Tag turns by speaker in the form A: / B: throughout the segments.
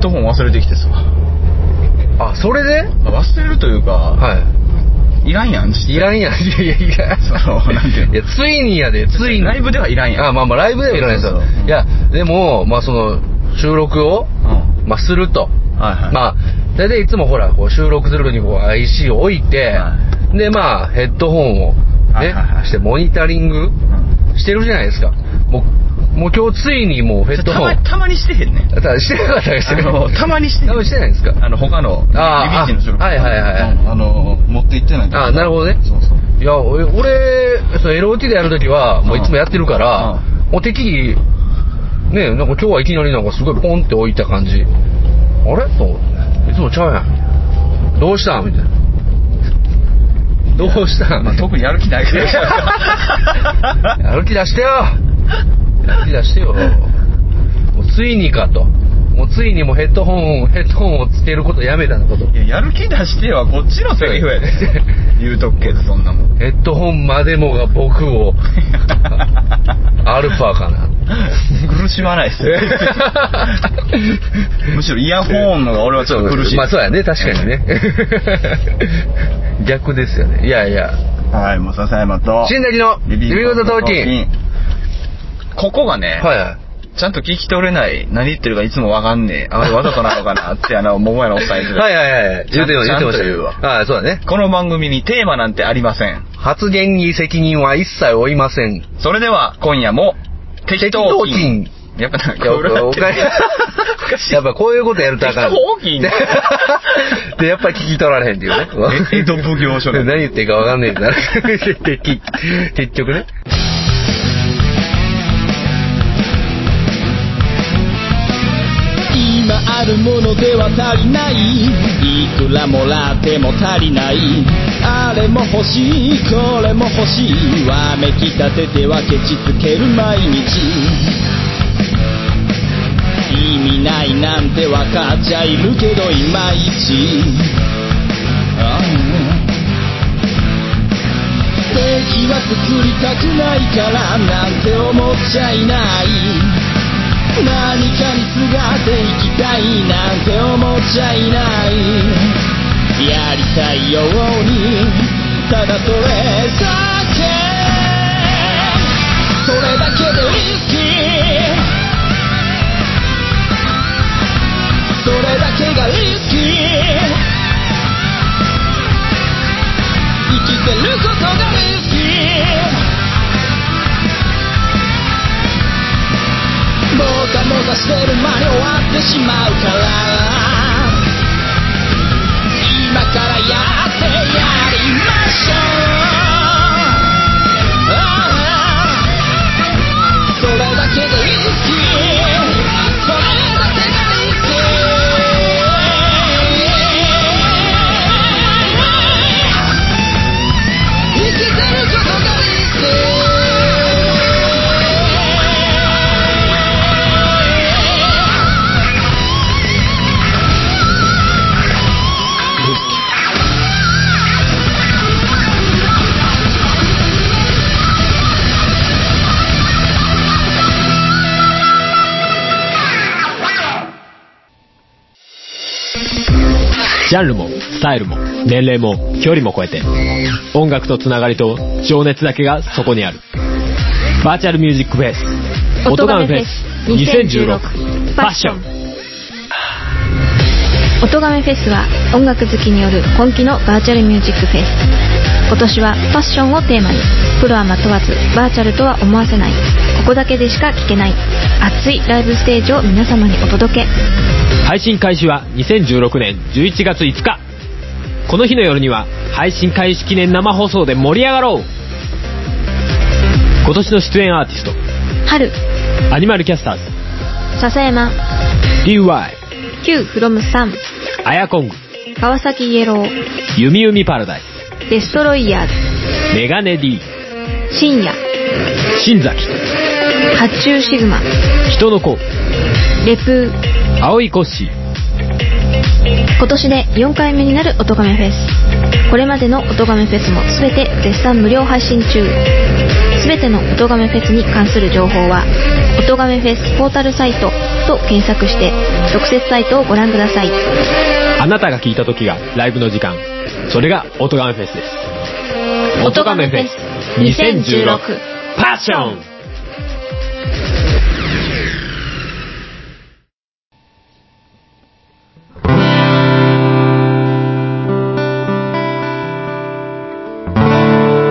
A: トフォン忘れてきてさ、
B: あそれで
A: まあ忘れるというか、、
B: はい
A: らんやん実際
B: いいらんや んいやいやいや
A: そのなんていうの
B: いやついにやでついに
A: ライブではいらんやん
B: あまあまあライブではいらないです
A: そ
B: よ
A: うそうそう
B: いやでもまあその収録を、
A: うん
B: まあ、すると
A: はいはい
B: まあ、大体いつもほら、こう収録するのにこう IC を置いて、
A: は
B: で、まあ、ヘッドホンをね、
A: はいはいはい
B: してモニタリング
A: うん
B: してるじゃないですか。もう、もう今日ついにもうヘッド
A: た
B: ホ
A: ま
B: ン。
A: たまにしてへんね ん
B: ただしてなかったです
A: あのたまにしてへん
B: 多分してないんですか。
A: あの他の
B: あー
A: リビッチの収録
B: あはいはいはい
A: うんあの持って行ってないから
B: あーなるほどね
A: そうそう
B: いや、俺、俺その LOT でやるときは、もういつもやってるから、もう適宜、ね、なんか今日はいきなりなんかすごいポンって置いた感じ。あれと思っていつもちゃうやん。どうしたんみたいな。どうしたん
A: まあ、特にやる気 ないけど
B: 歩き出してよ歩き出してよもうついにかともうついにもうヘッドホンをヘッドホンをつけることやめたのこと
A: いややる気出してはこっちのセリフ やで言うとくけどそんなもん
B: ヘッドホンまでもが僕を アルファか な
A: 苦しまないです よむしろイヤホンの方が俺はちょっと苦しい
B: まあそうやね確か にね逆ですよねいやいや
A: はいもう笹山と
B: 新崎のリビングのトーキン
A: ここがね、
B: はいはい
A: ちゃんと聞き取れない何言ってるかいつもわかんねえあれわざとなのかな ってあの桃屋のおっさん言ってた
B: はいはいはい言うてまし
A: ち
B: た
A: ゃん
B: 言う
A: ちゃん
B: てました
A: と言うわ
B: ああそうだね
A: この番組にテーマなんてありません
B: 発言に責任は一切負いません
A: それでは今夜も適当金
B: 適
A: やっぱなん
B: いや
A: か裏や
B: お
A: ってる
B: かし いやっぱこういうことやるとあかん。
A: 人大きいね
B: で、やっぱり聞き取られへんっていう
A: え
B: ね。
A: 江戸奉行所の
B: で何言ってるかわかんね えんだな。結結局ね。
C: 今あるものでは足りないいくらもらっても足りないあれも欲しいこれも欲しいわめきたててはケチつける毎日意味ないなんてわかっちゃいるけどいまいちああ敵は作りたくないからなんて思っちゃいない何かにすがっていきたいなんて思っちゃいないやりたいようにただそれだけそれだけでリスキーそれだけがリスキー生きてることがリスキーもたもたしてる間に終わってしまうから今からやってやりましょうああそれだけでいいそれだけがいい生きてることがいい
D: ジャンルも、スタイルも、年齢も、距離も超えて、音楽とつながりと情熱だけがそこにある。バーチャルミュージックフェス、音ガンフェス2016ファッション。
E: 音亀フェスは音楽好きによる今季のバーチャルミュージックフェス今年はファッションをテーマにプロはま問わずバーチャルとは思わせないここだけでしか聴けない熱いライブステージを皆様にお届け
D: 配信開始は2016年11月5日。この日の夜には配信開始記念生放送で盛り上がろう今年の出演アーティスト、
E: 春
D: アニマルキャスターズ、
E: 笹山
D: DY、
E: Q フロム3
D: アヤコング、
E: 川崎イエロー
D: ユミユミパラダイ
E: デストロイヤー
D: ス、メガネ D、
E: ズ深夜
D: 新崎、
E: 発注シグマ
D: 人の子、
E: レプー
D: 青いコッシー
E: 今年で4回目になる音亀フェスこれまでの音亀フェスも全て絶賛無料配信中全ての音亀フェスに関する情報は音亀フェスポータルサイトと検索して特設サイトをご覧ください
D: あなたが聞いた時がライブの時間それが音ガメフェスです
E: 音ガメフェス2016
D: パッション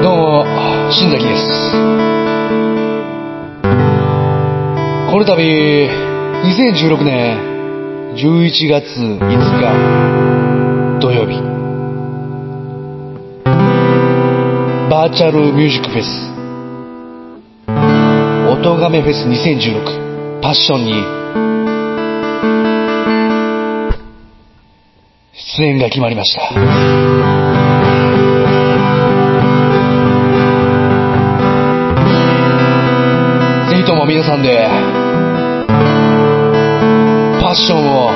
B: どうも、新崎です。この度、2016年11月5日土曜日、バーチャルミュージックフェス、音亀フェス2016パッションに、出演が決まりました。ぜひとも皆さんで、パッションを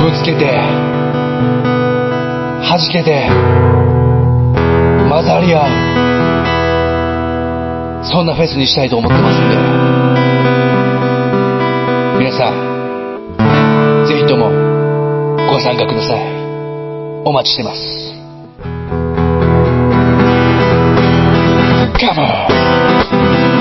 B: ぶつけて、弾けて、混ざり合う、そんなフェスにしたいと思ってますんで、皆さん、ぜひともご参加ください。お待ちしてます。Come on!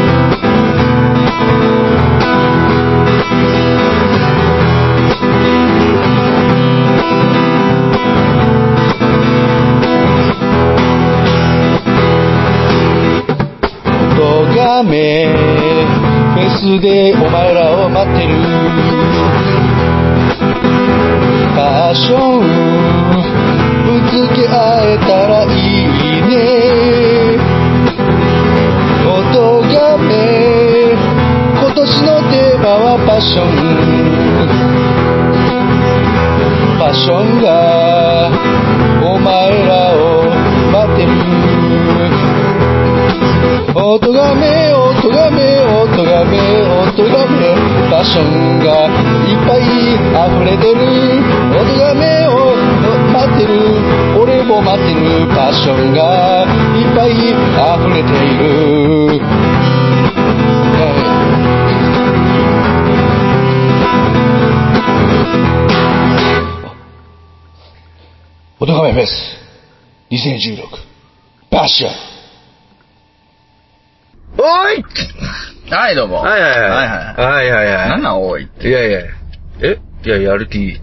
B: とがめフェスでお前らを待ってるパッションぶつけ合えたらいいね音がめ今年のテーマはパッションパッションがお前らを待ってるおとがめおとがめおとがめおとがめパッションがいっぱい溢れてるおとがめを待ってる俺も待ってるパッションがいっぱい溢れている、はいおとがめフェス2016パッション
C: おいはい、どうも。
B: はいは
C: は
B: いはいい。
C: はい。
B: はいはいはい。
C: なんなん、おい。
B: いやいや。えいや、やる気。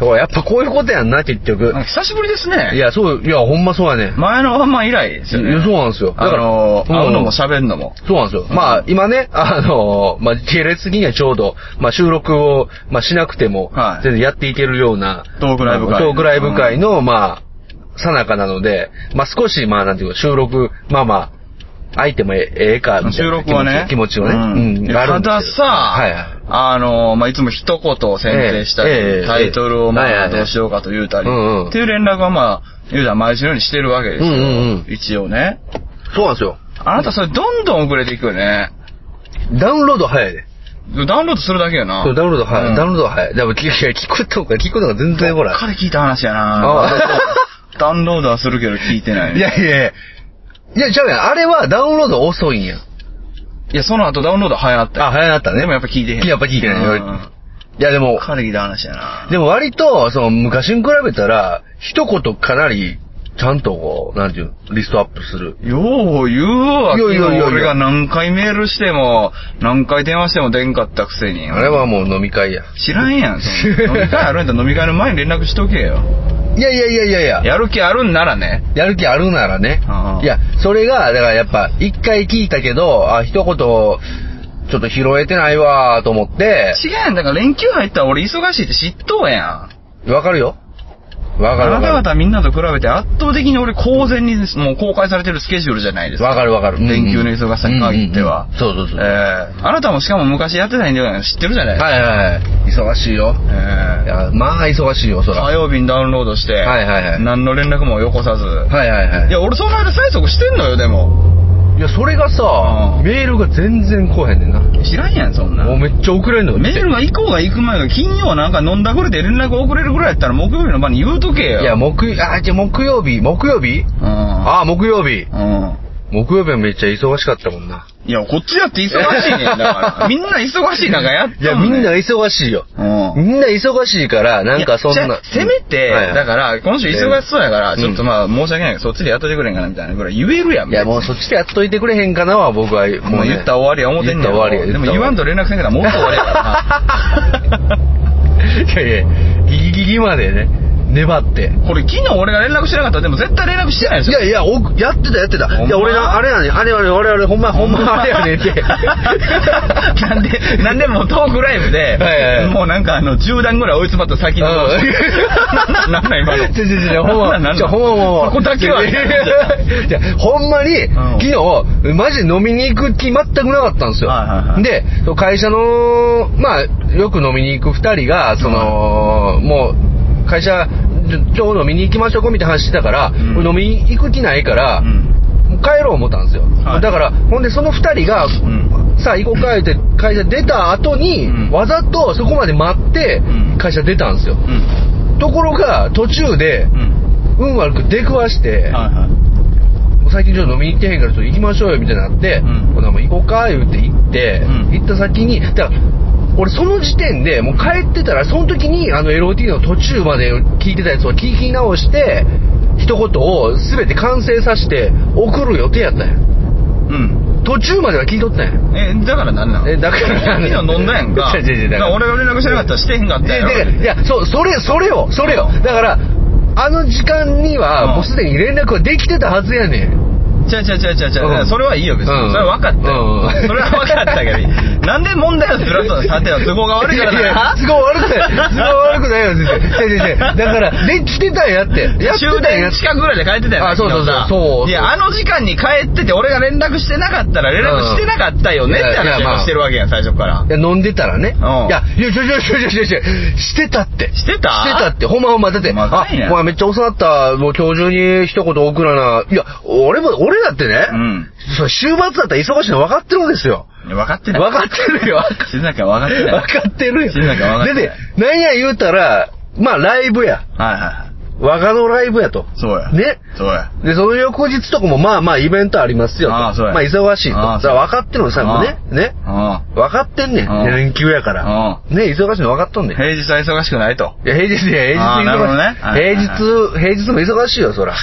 B: ほら、やっぱこういうことやんな、結局
C: な。んか久しぶりですね。
B: いや、そう、いや、ほんまそうやね。
C: 前のワンマン以来ですよ
B: い
C: ね。
B: やそうなんですよ
C: あのー、
B: だから
C: 会うのも喋るのも。
B: そうなんですよ。まあ、今ね、 あのーまあ、系列的にはちょうど、まあ、収録を、まあ、しなくても
C: は、い
B: 全然やっていけるような、
C: トークライブ会
B: トークライブ会の、まあ、さなかなので、まあ、少し、まあ、なんていうか、収録、まあまあ、相手もえええか、みたい
C: 収
B: な
C: 録はね。
B: 気持ちを気持ちをね。
C: うん
B: うん。ある
C: た
B: んで
C: だ
B: す
C: さ、
B: よはいはい。
C: あのー、まあ、いつも一言を選定したり、
B: ええええ
C: タイトルを
B: はいはい
C: ま
B: は
C: あ、
B: い
C: どうしようかと言うたり、
B: うんうん
C: っていう連絡はまあ、言うたら毎週のようにしてるわけですよ。
B: うんうんうん
C: 一応ね。
B: そうなんですよ。
C: あなたそれどんどん遅れていくよね。
B: ダウンロード早いで。
C: ダウンロードするだけよな。
B: そう、ダウンロード早
C: うん
B: い。ダウンロード早い。でも、聞いや聞くとか、聞くのが全然ほら。
C: 彼聞いた話やな
B: あ
C: ダウンロードはするけど聞いてない。
B: いやいやいや。いや、ちゃうやん。あれはダウンロード遅いんや。
C: いや、その後ダウンロード早かったよ
B: あ、早なったね。
C: でもやっぱ聞いてへん。
B: やっぱ聞いてない
C: うん
B: いや、でも、
C: 彼聞いた話やな。
B: でも割と、その、昔に比べたら、一言かなり、ちゃんとこう、なんていうの、リストアップする。
C: よう言うわ。
B: いやいやいやいや
C: 昨日俺が何回メールしても、何回電話しても出んかったくせに。
B: あれはもう飲み会や。
C: 知らんや ん。そんな飲み会あるんやったら飲み会の前に連絡しとけよ。
B: いやいやいやいやいや。
C: やる気あるんならね。
B: やる気あるならね
C: あ。あ
B: いや、それが、だからやっぱ、一回聞いたけど、あ、一言、ちょっと拾えてないわーと思って、
C: 違うやん。だから連休入ったら俺忙しいって知っとうやん。
B: わかるよ。わか
C: あ
B: る
C: なた
B: わ
C: 方
B: か
C: みんなと比べて圧倒的に俺公然にもう公開されてるスケジュールじゃないですか。
B: る。わかるわかる。
C: 連休の忙しさに限っては
B: うんうんうんそうそうそう。
C: えー、あなたもしかも昔やってないんだよね。知ってるじゃないですか。
B: はいはいはい。忙しいよ。い
C: え
B: や、まあ忙しいよ、そ
C: ー、火
B: ら。はい
C: 曜日にダウンロードして、
B: はいはいはい
C: 何の連絡もよこさず。
B: はいはい
C: い。や、俺その間催促してんのよ、でも。
B: いや、それがさ
C: う、ん
B: メールが全然来へんねんな。
C: 知らんやん、そんな。
B: もうんめっちゃ遅れんのよ
C: メールが行こうが行く前が金曜なんか飲んだくれて連絡遅れるぐらいやったら木曜日の場に言うとけよ。
B: いや、木、あ、じゃあ木曜日、木曜日
C: うん。
B: あ、木曜
C: う
B: 日。
C: ん。
B: 木木曜日はめっちゃ忙しかったもんな。
C: いや、こっちだって忙しいね。だ から、みんな忙しい中やった
B: いや、
C: も
B: みんな
C: ね、
B: 忙しいよ。
C: うん。
B: みんな忙しいから、なんかそん
C: いや
B: な。
C: じゃあせめて、
B: はいはい
C: だから、今週忙しそうやから、
B: うん
C: ちょっとまあ、申し訳ないけど、そっちでやっといてくれんかな、みたいなぐらい言えるやん。
B: いや、もうそっちでやっといてくれへんかなは、僕は。
C: もう言ったら終わりや思ってんねん
B: 言ったら終わりや
C: でも言わんと連絡せんからもっと終わりやからな
B: いやいや、ギリギリまでね、粘って。
C: これ昨日俺が連絡してなかったらでも絶対連絡してないです
B: い
C: よ
B: やいや、おやってたやってた。
C: ほんま
B: いや、俺な、あれやねん、あれあれ、我々、ほんま、ほんま、あれやねんって。
C: なんで、なんでもうトークライブで、
B: はいはいはい
C: もうなんかあの、10段ぐらい追い詰まった先の。
B: うん
C: なんなん今の。
B: 違う違う違うほん
C: なんな
B: ま、
C: ん
B: じゃほんまもう。
C: そこだけは。
B: い やいやほんまに、昨日、マジで飲みに行く気全くなかったんですよ
C: はいはいは。い
B: で、会社の、まあ、よく飲みに行く二人が、その、もう、会社、ちょ今日飲みに行きましょうみたいな話してたから、
C: ん
B: 俺飲みに行く気ないから、
C: うん
B: 帰ろう思ったんですよ、
C: はい
B: だからほんでその2人が、
C: ん
B: さあ行こうかって会社出た後に、
C: うん
B: わざとそこまで待って
C: うん
B: 会社出たんですよ、
C: うん。
B: ところが途中で
C: うん。
B: 運悪く出くわして、
C: はいはい。
B: もう最近ちょっと飲みに行ってへんからちょっと行きましょうよみたいになって、
C: うん
B: ほなもう行こうか言って行って、
C: うん
B: 行った先にだから俺その時点でもう帰ってたらその時にあの LOT の途中まで聞いてたやつを聞き直して一言を全て完成させて送る予定やったんや
C: うん。
B: 途中までは聞いとったんや
C: え、だからなんなん
B: えだから
C: 昨日飲んだやんか。
B: 違う違う違う
C: だから俺が連絡してなかったらしてへんかった
B: で
C: や
B: だ
C: ろ
B: からいやそうそれそれをそれをだからあの時間に
C: うん
B: はもうすでに連絡はできてたはずやねん
C: 違う違う違う違う違う、
B: うん
C: それはいいよ別に、
B: うん
C: それは分かったよ、
B: う
C: そ
B: ん
C: れは分かったけどなんで問題をずらすのさては都合が悪いから
B: いやいや
C: な
B: 都合悪くない都合悪くないよ先生先生だからできてたんやってやって
C: 終
B: たん
C: 電
B: やって
C: 近くぐらいで帰ってたよね
B: あそうそうそう
C: 昨日さい
B: そうそう
C: やあの時間に帰ってて俺が連絡してなかったら連絡してなかったよねっ
B: うん
C: て
B: いやいやま
C: 話をして
B: あ
C: るわけやん最初から
B: いや飲んでたらね、
C: うん
B: いやいやちょちょちょちょちょちょしてたって
C: してた
B: してたって、ほんまほんま、だって、
C: ま
B: あ
C: かいな、
B: お前めっちゃ遅かった、もう今日中に一言送らな。いや、俺も、俺だってね、
C: うん
B: そう週末だったら忙しいの分かってるんですよ。
C: いや分かって
B: 分
C: ない
B: かってるよ。
C: 静中は分かって
B: 分
C: ない
B: かってるよ。
C: 静中は分かってない
B: だって、なんや言うたら、まあライブや。
C: はいはいはい
B: 若のライブやと。
C: そうや
B: ね。
C: そうや
B: で、その翌日とかもまあまあイベントありますよと。
C: ああそうや
B: まあ忙しいと。
C: ああ
B: さ分かってるのさ、もうね。ね。
C: あ
B: 分かってんねん。
C: ああ
B: 連休や
C: あ
B: から。ね、忙しいの分かっとんねん。
C: 平日は忙しく ないと
B: いや、平日で、
C: あー
B: 平日
C: なるほどね
B: 忙しい
C: はいはい。
B: 平日、平日も忙しいよ、そら。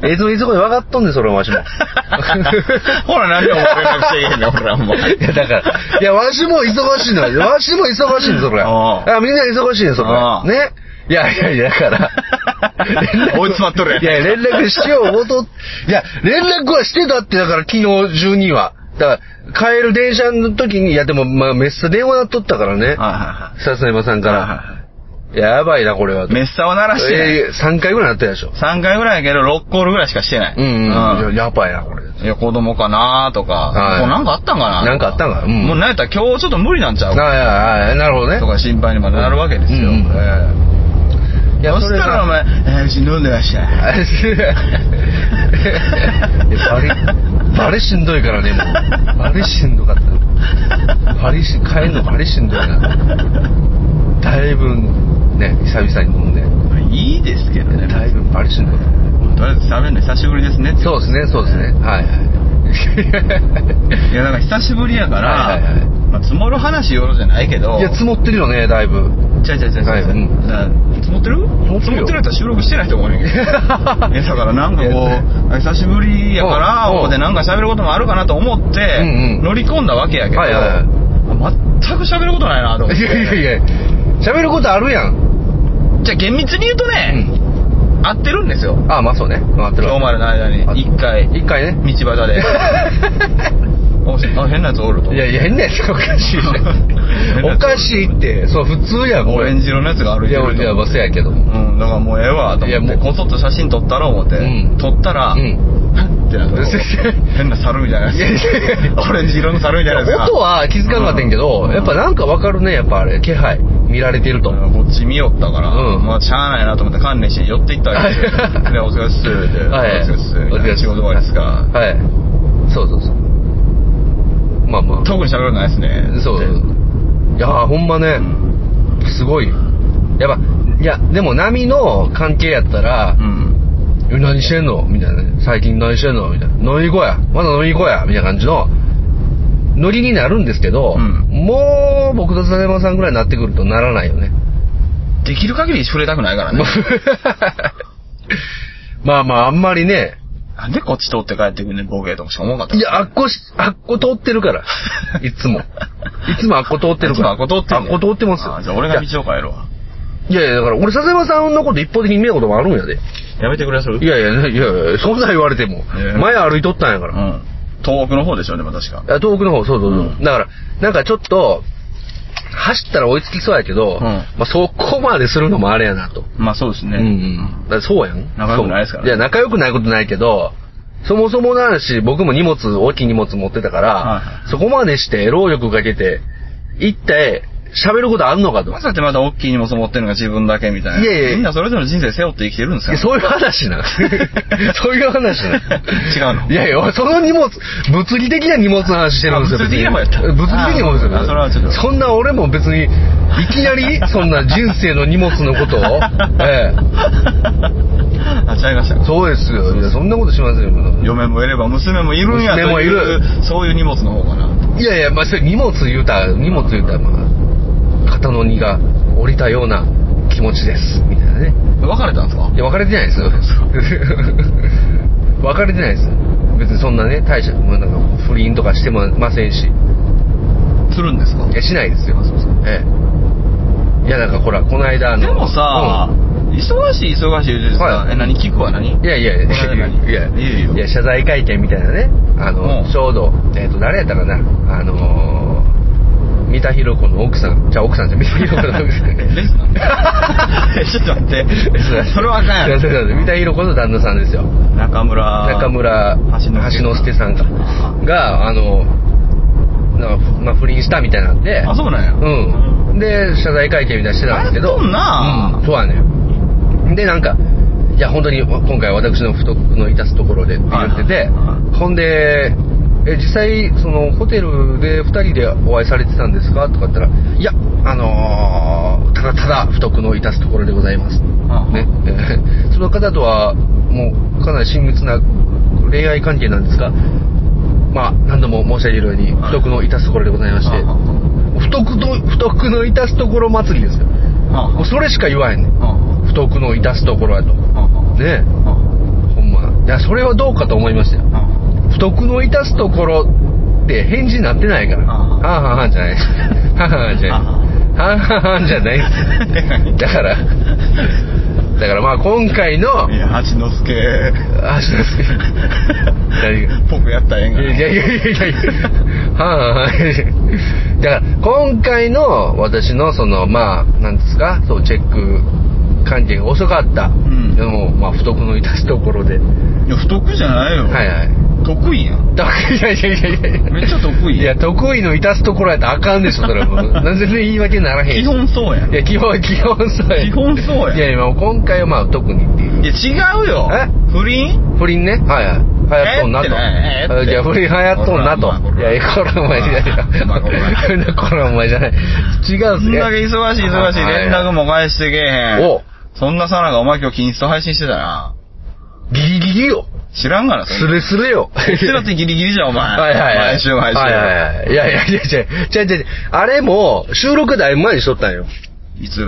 B: 平日も忙しい。分かっとんねん、それ、わしも
C: ほらなんで俺らくちゃいけんねんほらほんま
B: いや、だから、いや、わしも忙し いのよ。わしも忙しいんそら。
C: おう
B: あみんな忙しいねん、そら
C: お。う
B: ね。いやいやいや、だから。
C: 追い詰まっとるやん
B: いや、連絡しようごと、いや、連絡はしてたって、だから、昨日中には。だから、帰る電車の時に、いや、でも、まあ、メッセ電話なっとったからね。
C: はいはい
B: 笹山さんか
C: はいはい
B: ら。やばいな、これは。
C: メッサを鳴らしてない、
B: えー、3回ぐらいなったでしょ。
C: 3回ぐらいやけど、6コールぐらいしかしてない。
B: うん、うん。
C: い
B: ややばいな、これ。
C: や、子供かなとか、
B: はい
C: もうなんかあったんかな
B: なんかあったんかなうん
C: もうなんやったら今日ちょっと無理なんちゃう
B: ああ、ああああなるほどね
C: と。か心配にまでなるわけですよ。
B: うんうん
C: ええ
B: いや
C: そしたら お前、えーうち飲んでました。
B: あ れすバリ、バリしんどいからね、もう。バリしんどかった。バリし、帰るのバリしんどいな。だいぶ、ね、久々に飲んで。
C: いいですけどね。
B: だいぶバリしんどかった。
C: とりあえず喋るの久しぶりですねって
B: そうですね、そうですね。はい
C: いや、だから久しぶりやから、
B: はいはいはい
C: まあ、積もる話よろじゃないけど、
B: はい。いや、積もってるよね、だいぶ。
C: ちゃうちゃうちゃうちゃう。
B: はいうん
C: だから積もってる
B: もってるよ
C: 積もってるやったら収録してないと思うねんけど。い やだからなんかこう久しぶりやから
B: うん
C: ここでなんか喋ることもあるかなと思っ
B: う
C: て
B: んうん
C: 乗り込んだわけやけど
B: はいはいはい
C: 全く喋ることないなと思っ
B: いやい
C: て
B: やいや、喋ることあるやん。
C: じゃあ厳密に言うと
B: う
C: ね
B: ん。
C: 合ってるんですよ
B: ああ、まあそうね。回ってる
C: 今日までの間
B: あ
C: に一回道
B: 一回 ね。
C: 端でおしあ変なやつおると
B: いやいや、変なやつおかしいね おかしいって、そう、普通やん、こ
C: オレ
B: れ。
C: ンジ色のやつが歩い
B: い
C: て
B: や、
C: る
B: いや、
C: と
B: まあ、せやけども。
C: うんだからもうええわと
B: い
C: 思
B: や
C: っ
B: も
C: て
B: う
C: こそっと写真撮ったろ思って
B: うん
C: 撮ったら
B: う
C: ってなって 変な猿みたいなやつオレンジ色の猿みたいなやつが
B: 音は気づかなかったんやけど、
C: うん
B: やっぱなんかわかるね、やっぱあれ、気配。見られてると。
C: こっち見よったから、
B: うん
C: まあしゃあないなと思って観念して寄っていったわけですよでお疲れっす」って「
B: はい
C: お疲れっす」み
B: お
C: た
B: 疲
C: い
B: れっ
C: な
B: す
C: 仕事終わりですか
B: はい。そうそうそう。まあまあ。
C: 特に喋ることないですね
B: そう。いやー、ほんまね、
C: うん
B: すごい。やっぱ、いや、でも波の関係やったら
C: う、ん
B: え何してんのみたいなね。最近何してんのみたいな。飲みに行こうや。まだ飲みに行こうや。みたいな感じの、ノリになるんですけど、
C: うん
B: もう僕と笹山さんぐらいになってくるとならないよね。
C: できる限り触れたくないからね。
B: まあまあ、あんまりね、
C: なんでこっち通って帰ってくんねん、ボケとかしか思わんかった。
B: いや、あっこし、あっこ通ってるから。いつも。いつもあっこ通ってるから。
C: あっこ通ってんねん
B: あっこ通ってますよ
C: あ。じゃあ俺が道を変えるわ。
B: いやいや、だから俺、笹山さんのこと一方的に見たこともあるんやで。
C: やめてくれ、それ。
B: いやいや、いやいや、そんなん言われても
C: ええ。
B: 前歩いとったんやか
C: う
B: ら。
C: ん。東北の方でしょ、でも確か。
B: あ東北の方、そうそうそう。
C: うん
B: だから、なんかちょっと、走ったら追いつきそうやけど、
C: うん
B: まあそこまでするのもあれやなと。
C: まあそうですね。
B: うんうん。だからそうやん。
C: 仲良くないですからね
B: そういや、仲良くないことないけど、そもそもなるし、僕も荷物、大きい荷物持ってたから、
C: はい
B: そこまでして労力かけて、一体喋ることあんのかと。
C: まさってまだ大きい荷物持ってるのが自分だけみたいな。
B: いやいや
C: みんなそれぞれの人生背負って生きてるんです
B: い
C: よ
B: や。そういう 話な。そういう話な。
C: 違うの
B: いやいや、その荷物、物理的な荷物の話してるんですよ。
C: あ物理的なもんやった
B: 物理的なもんですよ。
C: あそれはちょっと、
B: そんな俺も別に、いきなり、そんな人生の荷物のことを ええ。
C: あ、違いました。
B: そうですよ。いや、そんなことしませんよ。
C: 嫁もいれば娘もいるんやという
B: 娘もいる
C: そういう荷物の方かな。
B: いやいや、まあ、それ荷物言うた、荷物言うた、まあ、肩の荷が降りたような気持ちです。みたいなね。
C: 別れたんですか
B: いや、別れてないですよ。 別れてないですよ。別にそんなね、大した、もうなんか不倫とかしてもませんし。い
C: するんですか
B: や、しないですよ。ええ。いや、なんかほら、この間あの。
C: でもさ、忙しい忙しい言うててさ、
B: はい
C: え、何聞くわ、何
B: うん、いやいやい
C: この
B: や、い
C: 間
B: や
C: に
B: いや
C: いやいや
B: いや謝罪会見みたいなね。あの、
C: うん
B: ちょうど、えっ、と、誰やったかな。あのー、三田寛子の奥さん。じゃあ奥さんじゃ、三田寛子の奥さん。
C: レスなんだちょっと待って。 それはあかんや
B: すいませんすいません三
C: ろ。
B: 田寛子の旦那さんですよ。
C: 中村。
B: 中村
C: 橋之
B: 橋之
C: 助
B: 助さんかがあのなんか、まあ、不倫したみたいなんで
C: あ、そうなんや。
B: うんで謝罪会見みたいなのしてたんですけど
C: あれどんな
B: うん、そうやねでなんかいや本当に今回私の不徳の致すところでって言って
C: はい
B: てほんでえ実際そのホテルで2人でお会いされてたんですかとか言ったらいやあのーただただ不徳の致すところでございます
C: うん
B: ね、 えーその方とはもうかなり親密な恋愛関係なんですが、まあ、何度も申し上げるように
C: はい
B: 不徳の致すところでございまして
C: うんうんうん
B: 不徳の不徳の致すところ祭りですよもうそれしか言わへんねん
C: うん
B: 不徳の致すところやと
C: うん
B: ね
C: うん
B: えほんまいやそれはどうかと思いましたよ
C: うん
B: 不徳の致すところって返事になってないから「
C: あ
B: はあはあはあ」じゃない 「はあはあはあ」じゃない「はあはあはあ」じゃないだからだからまあ今回の
C: いや、八之助。
B: あ、そうです何が
C: 僕やったらええんか
B: いやいやいやいやいや。はいはい。だから、今回の私のその、まあ、なんですか、そう、チェック関係が遅かった。
C: ん
B: でも、まあ、不徳の致すところで。はい
C: いや、不得意じゃないよ。
B: はい。
C: 得意やん。
B: だいやいやいやいやいや
C: めっちゃ得意
B: いや、得意の致すところやったらあかんでしょ、それはもう。全然言い訳にならへん。
C: 基。本そうやん。
B: い
C: い
B: や、基本、基本そうや。
C: 基本そうや
B: いや、今、今回はまあ、特にっていう。
C: や、違うよ
B: え。
C: 不倫
B: 不倫ね。はいはい。流行っとんなと。
C: えってねえって
B: いや、不倫流行っとんな
C: ほらまあ
B: と。いやいや、これはお前じゃない
C: まあこれは
B: や。これはお前じゃない。違う
C: そ
B: っ
C: ん
B: すね。
C: だけ忙しい忙しい、
B: はい
C: 連絡も返してけえへん。
B: お
C: そんなさながお前今日金スト配信してたな。
B: ギリギリよ。
C: 知らんがな、
B: スレスレよ。
C: うちだってギリギリじゃん、お前。
B: はいはいはい。
C: 毎週毎週。
B: はいはいはい。いやいやいや、違う違う違う違う。あれも、収録だいぶ前にしとったんよ。
C: い。いつ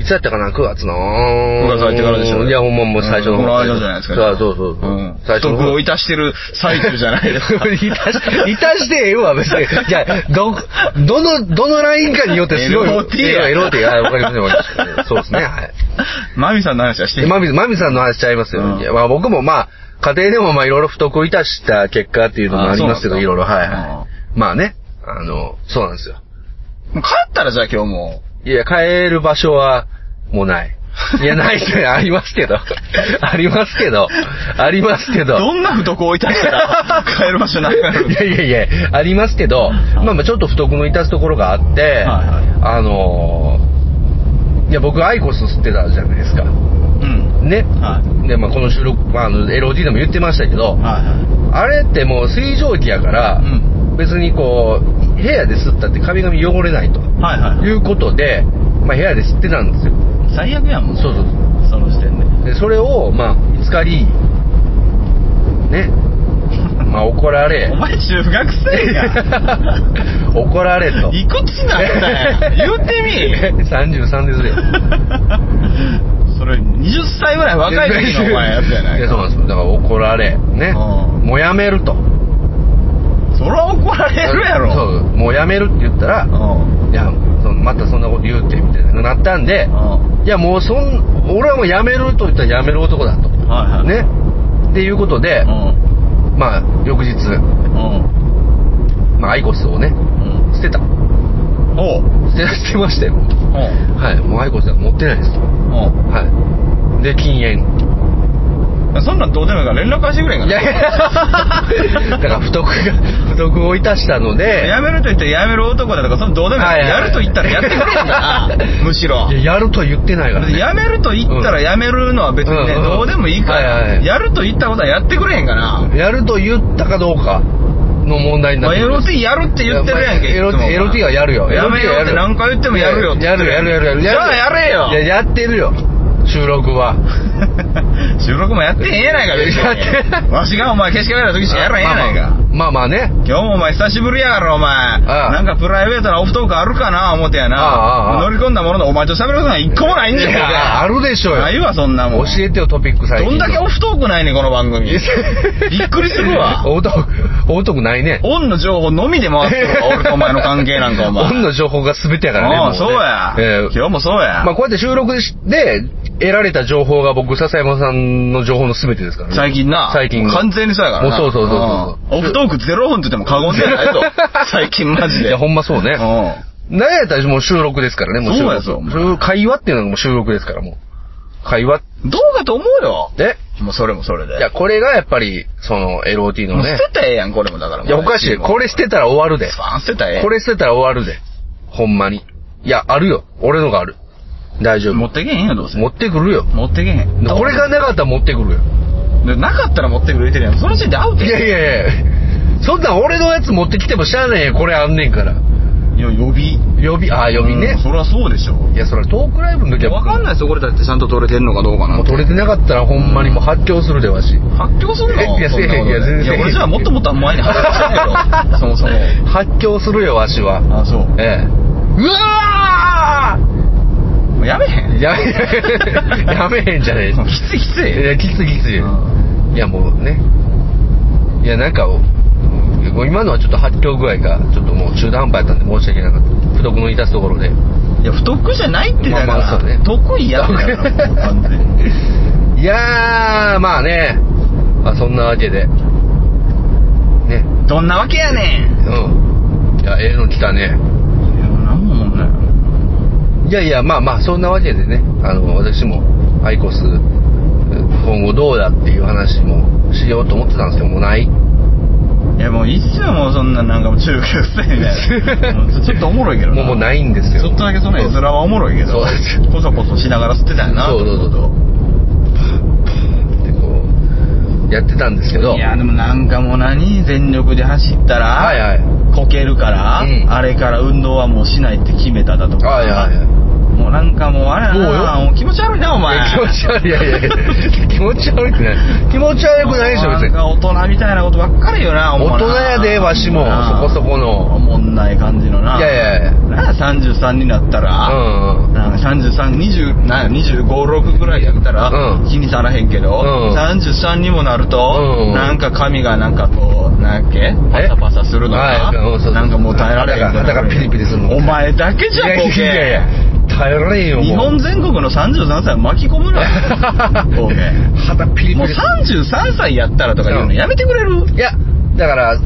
B: いつやったかな ?9 月の。
C: 9
B: 9
C: 月入ってからでしょ。
B: いや、ほんまもう最初の
C: うん
B: 方。
C: この間じゃないですか。
B: そうそうそうそう。
C: ん。
B: 最初の方
C: 得をいたしてる最中じゃないですか。
B: いたし、いたしてええわ、別 に。じゃど、どの、どのラインかによってすごい。
C: LOT や
B: ええわ LOT や。わかりません、わかりません。そうですね、 はい。
C: マミさんの話はして
B: で、マミ、マミさんの話しちゃいますよ。
C: うん
B: いやまあ僕もまあ、家庭でもまあいろいろ不得をいたした結果っていうのもありますけど、
C: あ
B: い
C: そ
B: ろ
C: うな
B: いろ、
C: んだ
B: はいはい。まあね、あの、そうなんですよ。
C: もう帰ったらじゃあ今日も
B: いや、帰る場所は、もうない。いや、ないですね。ありますけど。 ありますけど。ありますけ
C: う。
B: ど。
C: どんな不徳をいたした ら帰る場所なくなる
B: いやいやいや、ありますけど、まあまあちょっと不徳の致すところがあって、あのーいや、僕、アイコス吸ってたじゃないですか。
C: うん。
B: ね。
C: は
B: で、まあこの収録、まあ、あの LOD でも言ってましたけど
C: い。、は
B: あれってもう水蒸気やから、
C: うん
B: 別にこう、部屋で吸ったって髪髪汚れないと
C: い。はいはいいう
B: ことで、まあ部屋で吸ってたんですよ。
C: い。最悪やん、もう。
B: そうそう
C: その時点で。
B: でそれを、まあ、5日叱り、 ね。まあ怒られ
C: お、前中学生や
B: 怒られと。
C: いくつなったんや言うてみ
B: 33ですよ。
C: それ20歳ぐらい若い時のお前やつやない
B: や
C: か
B: そうなんですよ。だから怒られ、ね。
C: うん
B: もうやめると。
C: そら怒られるやろ
B: そうう、もうやめるって言ったら、
C: ん
B: いや、そのまたそんなこと言うて、みたいなのなったんで、
C: うん
B: いやもうそん、俺はもうやめると言ったらやめる男だと。
C: はいはい
B: ね。っていうこと
C: う、
B: で
C: ん
B: まあ、翌日、
C: うん
B: まあ、アイコスをね、
C: うん
B: 捨てた。
C: おう
B: 捨て、捨てましたよ。
C: うん
B: はい。もうアイコスは持ってないです。
C: う
B: はい。で、禁煙。
C: んそんなんどうでもいいから連絡返してくれんか
B: いやいやだから、不徳が、不徳をいたしたので、
C: やめると言ったらやめる男だとかそんなんどうでもいいか
B: はい
C: ら
B: はい
C: やると言ったらやってくれんかなむしろ
B: いややるとは言ってないから、ね。
C: やめると言ったらやめるのは別にね、
B: うん
C: どうでもいいか
B: はいは
C: ら、
B: い
C: やると言ったことはやってくれへんかな。
B: やると言ったかどうかの問題に
C: まあ、
B: なって
C: エ
B: くる
C: ロティやるって言ってるやんけ。
B: エロティエロティはやるよ。
C: やめようって何回言ってもやるよって
B: やるやるやるやる。
C: じゃあやれよ
B: いや、やってるよ。収録は。
C: 収録もやってへんやないか、別
B: やって
C: に。わしがお前、消しかけた時しかやらへんやない
B: まあ
C: か。
B: まあまあまあね。
C: 今日もお前久しぶりやからお前
B: ああ
C: なんかプライベートなオフトークあるかな思てや
B: あああ
C: な
B: あ
C: 乗り込んだもののお前と喋ることなんか一個もないんじ
B: いや
C: ゃ
B: あるでしょう
C: ない
B: よ。
C: わそんなもん
B: 教えてよ、トピック
C: ど
B: 最近
C: ん
B: の。
C: だけオフトークないねんこの番組びっくりする わ
B: 大徳、大徳ないね。
C: オンの情報のみで回ってるわ俺とお前の関係なんか お前
B: 本の情報が全てやからね。も
C: う
B: うんね
C: そうや、
B: ええ
C: 今日もそうや、
B: まあこうやって収録しで得られた情報が僕、笹山さんの情報の全てですからね。
C: 最近な。
B: 最近の。
C: 完全にそうやからな。
B: もうそうそうそうそう。
C: うんオフトークゼロ本って言っても過言ではないぞ 最近マジで。
B: いや、ほんまそうね。
C: うん。
B: 何やったらもう収録ですからね、もう収録。
C: そうやぞ
B: 収録会話っていうのも収録ですから、もう。会話っ
C: どうかと思うよ。
B: て。
C: もうそれもそれで。
B: いや、これがやっぱり、その、LOT
C: も
B: の
C: う
B: ね
C: 捨。てたらええやん、これもだから。
B: いや、おかしい。これ捨てたら終わるで。
C: バーン捨てたらええやん。
B: これ捨てたら終わるで。ほんまに。いや、あるよ。俺のがある。大丈夫。
C: 持ってけへんよ、どうせ。
B: 持ってくるよ。
C: 持ってけへん。
B: これがなかったら持ってくるよ。
C: でなかったら持ってくれてるやん。その時点でアウト
B: い
C: や
B: や
C: ん。
B: いやいや。そんなん俺のやつ持ってきてもしゃあねえよ。これあんねんから。
C: いや、予備。
B: 呼び、ああ、呼びね
C: うん。そりゃそうでしょ。
B: いや、それトークライブの時は。。
C: わかんないいですよ、これだってちゃんと取れてんのかどうかな
B: も
C: ん
B: う
C: て。
B: 取れてなかったらほんまにもう発狂するで、わし。
C: 発狂するの
B: いや
C: そんなこと
B: せえへんいや全然
C: でいや、俺じゃあもっともっと前に発狂してない よ。そもそも。
B: 発狂するよ、わしは。
C: あ、そう。
B: ええ。うわ
C: もうやめへん。
B: ーやめ、やめへんじゃねえ。
C: もうきついきつい。
B: いや、きついきつい。いや、もうね。いや、なんか、もう今のはちょっと発狂具合が、ちょっともう中途半端やったんで申し訳なかった。不徳の致すところで。
C: いや、不得じゃないってだか
B: まあまあ
C: ら、
B: そうね
C: 得意やったから、もう完全に。
B: いやー、まあね。まあ、そんなわけで。ね。
C: どんなわけやねん。
B: うん。いや、ええの来たね。
C: いや、なんももんない。
B: いやいや、まあまあ、そんなわけでね、あの、私も、アイコス、今後どうだっていう話もしようと思ってたんですけど、もうない。
C: いや、もういいっすよ、もうそんな、なんかもう中学生みたい な。もうちょっとおもろいけど。
B: もうもうないいんですよ。
C: ちょっとだけその絵面はおもろいけど
B: そうです、
C: こそこそしながら吸ってたよな。
B: そうそうそうそう。で、こう、やってたんですけど、
C: いや、でもなんかもう何全力で走ったら、
B: はいはい。
C: こけるから、
B: うん
C: あれから運動はもうしないって決めただとか。
B: はいはいはい。
C: もうなんかもうあれやな
B: もうよ
C: もう気持ち悪いな、お前。
B: 気持ち悪い、いやいやいや、気持ち悪くない。気持ち悪くないでしょ、
C: な
B: 別
C: ん
B: に。
C: か大人みたいなことばっかりよな、お前
B: 大人やで、わしも、そこそこ
C: お
B: の。
C: もんない感じのな。
B: いやいやいや。
C: な33になったら、
B: うんうん。
C: なんか33、20、なん25、6ぐらいやったら、
B: うん
C: 気にさらへんけど、
B: うん
C: 33にもなると、
B: うん
C: なんか髪がなんかこう、なんやっけパ
B: え
C: サパサするの
B: は
C: か、
B: いうんそうそう
C: なんかもう耐えられへんみたいな
B: 肌が肌がピリピリするのか
C: お前だけ
B: い
C: じゃ
B: や
C: ん、ボ
B: い
C: ケ。
B: やいや、耐えられんよ、もう
C: 日本全国の33歳を巻き込む なボケ
B: 肌ピリピリ
C: もう33歳やったらとか言うのやめてくれる
B: いや、だから、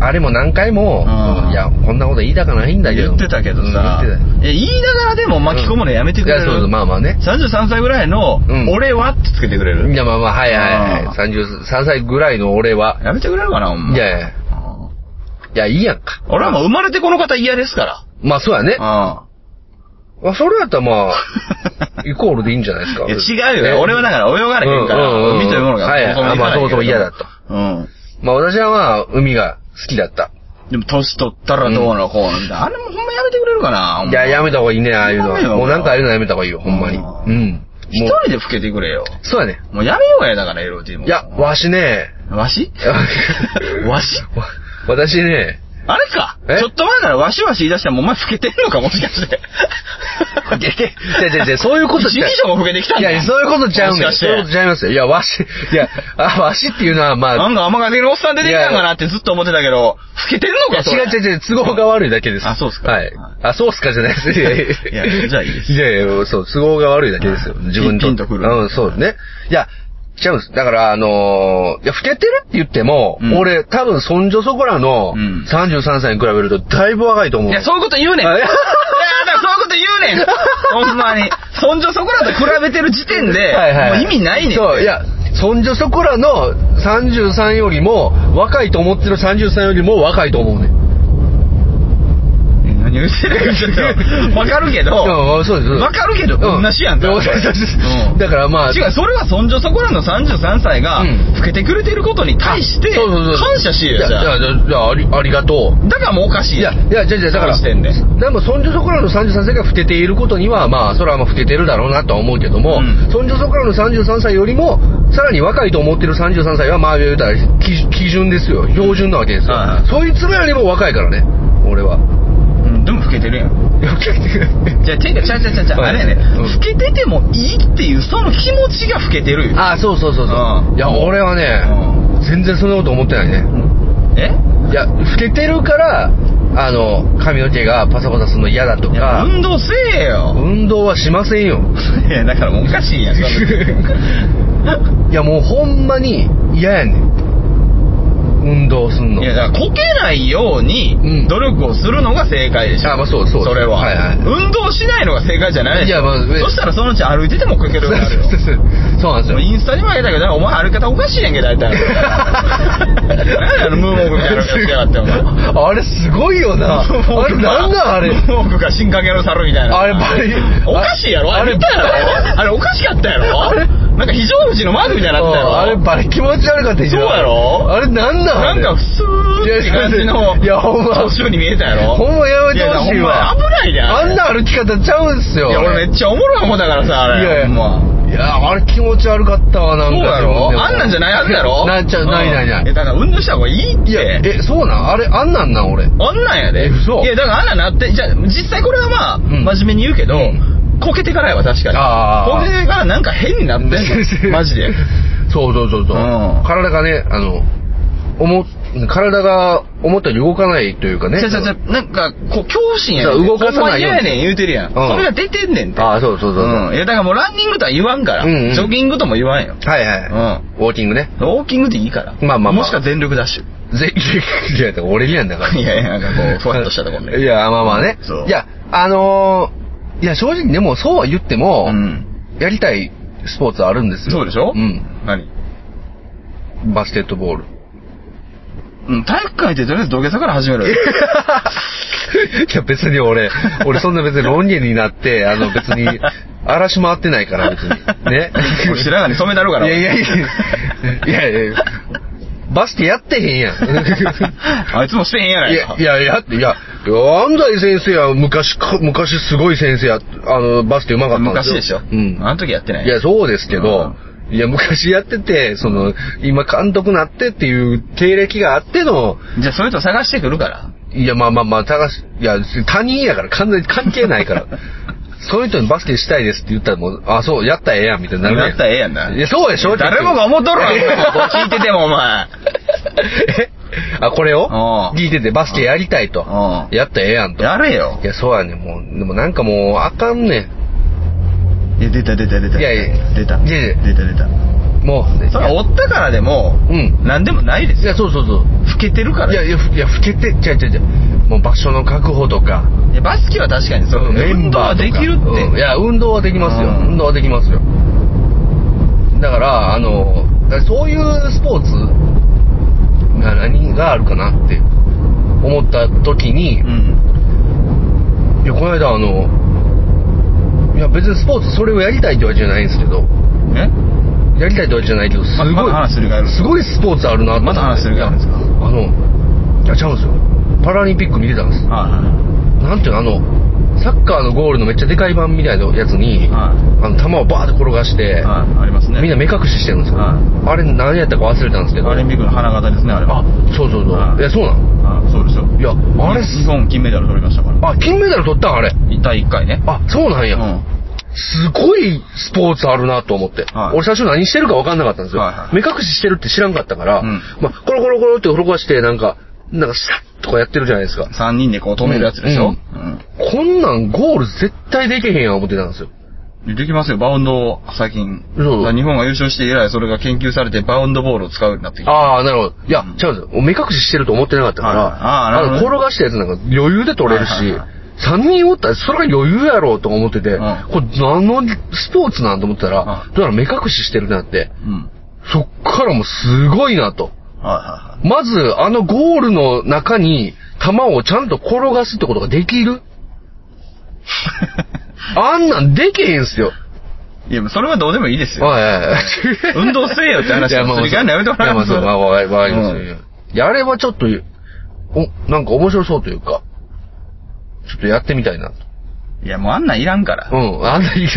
B: あれも何回も、
C: うん
B: いや、こんなこと言いたくないんだけ
C: 言
B: ど。
C: ってたけどさ、
B: うん言って
C: え言いながらでも
B: た
C: 巻き込むのやめてくれ
B: いや、そう
C: る、
B: そう、まあまあね。
C: 33歳ぐらいの
B: う
C: 「
B: ん
C: 俺は?」ってつけてくれる、
B: いや、まあまあ、はいは
C: う
B: い
C: ん
B: はい。33歳ぐらいの俺は。
C: やめてくれるかなお前
B: いやい
C: う
B: や、い
C: ん
B: や、いいやんか。
C: 俺はもう生まれてこの方嫌ですか
B: まあ、そうやね。
C: ら
B: まあそれやったらまあ、
C: うん
B: イコールでいいんじゃないですか。
C: いや違うよ、
B: ね
C: 俺はだから泳がれへんから、
B: うんうんうん
C: 海というものが
B: はい
C: そもそも行かないけれど
B: あまあそもそも嫌だと
C: うん
B: まあ、私はまあ、海が好きだった。
C: でも年取ったらどうのこうのみたいなあれもほんまやめてくれるかなお
B: い
C: 前
B: や、やめた方がいいね、ああいうの
C: やめよ
B: は。
C: う
B: もうなんかああいうのやめた方がいいよ、ほんまに。
C: う
B: うん。
C: 一人で老けてくれよ。
B: そうやね。
C: もうやめようや、だから LOT も。
B: いや、わしね、
C: わ し わし
B: わ私ね、
C: あれか
B: え
C: ちょっと前からわしわし言い出したらもうお前老けてんのかもし かして。老けて。
B: 違う違う違うそういうこと
C: 一
B: じゃ
C: 人称も老けてきたん
B: い
C: だ
B: や、そういうことちゃうんだよ。
C: もしかして
B: そういうことちゃいますよ。いや、わし、いや、あ、わしっていうのは、まあ、
C: なんだ、甘がけのおっさん出てきたんかなってずっと思ってたけど、老けてんの
B: いや
C: かそれ
B: 違う違う違う、都合が悪いだけです。
C: あそうっすか
B: はい
C: はい。
B: あ、そうっすかじゃないです。いやや
C: いやじゃあいいです
B: いやいや、そう、都合が悪いだけですよ。
C: はい
B: 自分と。
C: ピンとくる
B: うん、そうね。いや、違うんです。だから、あのー、いや、老けてるって言っても、
C: うん
B: 俺、多分、そんじょそこらの
C: うん、
B: 33歳に比べると、だいぶ若いと思う。
C: いや、そういうこと言うねん。いや、
B: あい
C: だ
B: や
C: からそういうこと言うねん。ほんまに。そんじょそこらと比べてる時点で、
B: はいはいはい
C: もう意味ないねん。
B: そう、いや、そんじょそこらの33よりも、若いと思ってる33よりも若いと思うねん。
C: 何言ってるかちょっ と、わかるけど、
B: うんそうです。
C: わかるけど、同じやんか。
B: うそうそうそう
C: うん
B: だからまあ、
C: 違う、それはそんじょそこらの33歳が
B: うん、
C: 老けてくれてることに対して、
B: そうそうそう
C: 感謝しよう
B: い
C: よ、
B: や
C: じ
B: い
C: ゃあ。
B: やいやありありがとう。
C: だからもうおかしい
B: い
C: や
B: や、
C: ん。
B: いや、じゃあじゃあだから、
C: その時点で
B: でも、そんじょそこらの33歳が老けていることには、まあ、それはまあ、老けてるだろうなとは思うけども、
C: うん
B: そんじょそこらの33歳よりも、さらに若いと思ってる33歳は、まあ、言うたら、基基準ですよ。標準なわけですよ
C: はいは。い
B: そいつらよりも若いからね、俺は。
C: うん、でも老けてるやん。
B: いや老けてる
C: じゃあ、てか、ちゃうちゃうちゃうちゃう、
B: は
C: あ
B: い
C: れやね、
B: うん
C: 老けててもいいっていう、その気持ちが老けてるよ。
B: あ、そうそうそうそうう。
C: ん
B: いや、俺はね、全然そんなこと思ってないね。
C: うんえ
B: いや、老けてるから、あの、髪の毛がパサパサするの嫌だと
C: いや
B: か、
C: 運動せえよ。
B: 運動はしませんよ。
C: いや、だからもうおかしいやん、そんない
B: や、もうほんまに嫌やねん。運動すんの。
C: いや、だからこけないよう
B: う
C: に
B: ん
C: 努力をするのが正解でしょ。
B: あまあそうそう
C: それは。
B: はいはい
C: 運動しないのが正解じゃないでしょ。
B: いやまあ
C: そしたらそのうち歩いててもこけるよう
B: そう
C: になるよ。
B: そうそうそうなんです
C: も
B: よ
C: う。インスタにもあげたけど、お前歩き方おかしいやんけ、大 体。何やあのムーモークみたいな歩き方しやがって、お前。
B: あれすごいよな。
C: ムーモー
B: あれ
C: クか
B: なんなんあれ
C: ム。ーモークか進化系の猿みたいな。
B: あれバリ
C: おかしいやろあ
B: あれ
C: れ見たやろあれおかしかったやろ
B: あれ
C: なんか非常口のマークみたいになってたやろ
B: あれバリ気持ち悪かったでしょ
C: そうやろ
B: あれなんなんあ
C: な
B: れ
C: んか、ふすーって感じの、
B: いやほんま
C: 途中に見えたやろ
B: ほんまやめてほしい
C: や
B: わ。
C: ほんま危ないで、
B: あんな
C: あ
B: 歩き方ちゃうんすよ。
C: れいや、俺めっちゃおもろい思ったからさ、あれ。
B: いやいや
C: ほんま
B: いやあれ気持ち悪かったわ、なんか。
C: そうや
B: 自分
C: ろ
B: でも
C: あんなんじゃないはずやろ
B: なっちゃう、ないないな
C: うんえ、
B: い。
C: だから運動した方がいいっ
B: いや、
C: て。
B: え、そうなんあれ、あんなんなん、俺。
C: あんなんやで。
B: え嘘
C: いや、だからあんなんなって、じゃあ実際これはまあ、
B: ん
C: 真面目に言うけど、こけてからやわ、確かに。
B: あー
C: こけてからなんか変になってん のマジで。
B: そうそうそうそう。
C: うん
B: 体がね、あの、思っ、体が思ったより動かないというかね。
C: じゃじゃじゃなんか、こう、恐怖心やね
B: そ
C: ん。
B: う動かさないように
C: ほんま嫌やねん言うてるやん。
B: ん
C: それが出てんねんって。
B: ああ、そうそうそう。
C: うん。いや、だからもうランニングとは言わんから。
B: うんうん
C: ジョギングとも言わんよ。
B: はいはい。ウォーキングね。
C: うん。ウォーキングでいいから。
B: まあまあまあ
C: もしくは全力ダッシュ。
B: ぜ、いや、だから俺にやんだから。
C: いやいや、なんかこう、ふわっとしたとこね。
B: い、や、まあまあね。
C: そう
B: いや、あのー、いや、正直でもそうは言っても、
C: うん。
B: やりたいスポーツあるんですよ。
C: そうでしょ
B: うん。
C: 何
B: バスケットボール。
C: うん、体育館行ってとりあえず土下座から始めるよ。。
B: いや、別に俺、俺そんな別にロン毛になって、あの別に、荒らし回ってないから別に。ね
C: 俺白髪に染めたるから
B: いやいやいや、いやいやバスケやってへんやん。
C: あいつもしてへんやないい
B: や
C: か。、
B: いや、やって、いや、安西先生は昔か、昔すごい先生や、あの、バスケうまかったんです
C: 昔
B: よ。
C: でしょ
B: うん。
C: あの時やってない。
B: いや、そうですけど、いや、昔やってて、その、今監督なってっていう経歴があっての、
C: じゃあ、それと探してくるから。
B: いや、まあまあまあ、高橋、いや、他人やから、完全に関係な いから。そういう人にバスケしたいですって言ったらもう、あ、そう、やったらええやん、みたいになる
C: やったらええやんない
B: や、そうでしょ
C: 誰もが思っとる わ、お前ここ聞いてても、お前。
B: え あ、これを
C: うん
B: 聞いてて、バスケやりたいと
C: う。ん
B: やったらええやんと。い
C: やれよ。
B: や、そうやねんもう、でもなんかもう、あかんね
C: いや、出た出た出た。
B: いやいや
C: 出た。
B: いやいや
C: 出た出た。
B: ん。もう。
C: それはおったからでも、
B: うん
C: なんでもないです
B: い
C: よ。
B: や、そうそうそう。
C: 老けてるから。
B: いや、いや、ふいや、老けて、ちゃうちゃうちゃう。もう場所の確保とか、
C: いやバスケは確かに、その、
B: メン
C: 運動
B: バー
C: は
B: とか
C: できるっ
B: うんい
C: て。
B: や、運動はできますよ
C: う。ん
B: 運動はできますよ。だから、あの、だからそういうスポーツが何があるかなって思った時に、
C: うん。
B: いや、この間あの、いや、別にスポーツそれをやりたいってわけじゃないんですけど、
C: え
B: やりたいってわけじゃないけど、す
C: ま
B: ごい、
C: まだ話するがある
B: すごいスポーツあるなって
C: まだ話するがあるんですか
B: あの、いや、ちゃうんですよ。パラリンピック見てたんです。
C: あ
B: なんていうのあのサッカーのゴールのめっちゃでかい版みたいなやつに、
C: は
B: あの球をバーって転がして、
C: い。はい。ありますね。
B: みんな目隠ししてるんですよ、
C: は
B: あれ何やったか忘れたんですけど
C: オリンピックの花形ですね、あれは。
B: あそうそうそう、
C: はい
B: いやそうなの
C: あそうですよ。
B: いやあれ
C: 日本金メダル取りましたから。
B: あ金メダル取ったんあれ
C: 第1回ね。
B: あそうなん
C: う
B: や、
C: ん。
B: すごいスポーツあるなと思って、
C: はい
B: 俺最初何してるか分かんなかったんですよ、
C: はいはい
B: 目隠ししてるって知らんかったから、
C: うん
B: まあ、コロコロコロって転がしてなんかなんかシャッとかやってるじゃないですか
C: 3人でこう止めるやつでし
B: う
C: ょ
B: ん。
C: うん。
B: こんなんゴール絶対できへんやん思ってたんですよ
C: できますよ、バウンドを最近。
B: そう
C: だから日本が優勝して以来、それが研究されてバウンドボールを使うようになってきた。
B: ああ、なるほど。いや、
C: うん
B: 違うんですよ。目隠ししてると思ってなかったから、
C: はいあーなるほどね
B: の転がしたやつなんか余裕で取れるし、
C: はいはいはい
B: 3人おったらそれが余裕やろうと思ってて、
C: ん
B: これ何のスポーツなんと思ってたら、
C: は
B: だから目隠ししてるなって、
C: うん。
B: そっからもうすごいなと。
C: はいはいはい。
B: まず、あのゴールの中に球をちゃんと転がすってことができるあんなんできへんすよ。
C: い や、それはどうでもいいですよ。
B: はいはいはい。
C: 運動せえよって話
B: いやまあ
C: すり替えんのやめてもらえます
B: いやまあそうわかりわかります
C: う
B: よ。いやあれはちょっと、お、なんか面白そうというか、ちょっとやってみたいなと。
C: いや、もうあんなんいらんから
B: う。ん、あんなんいらん。い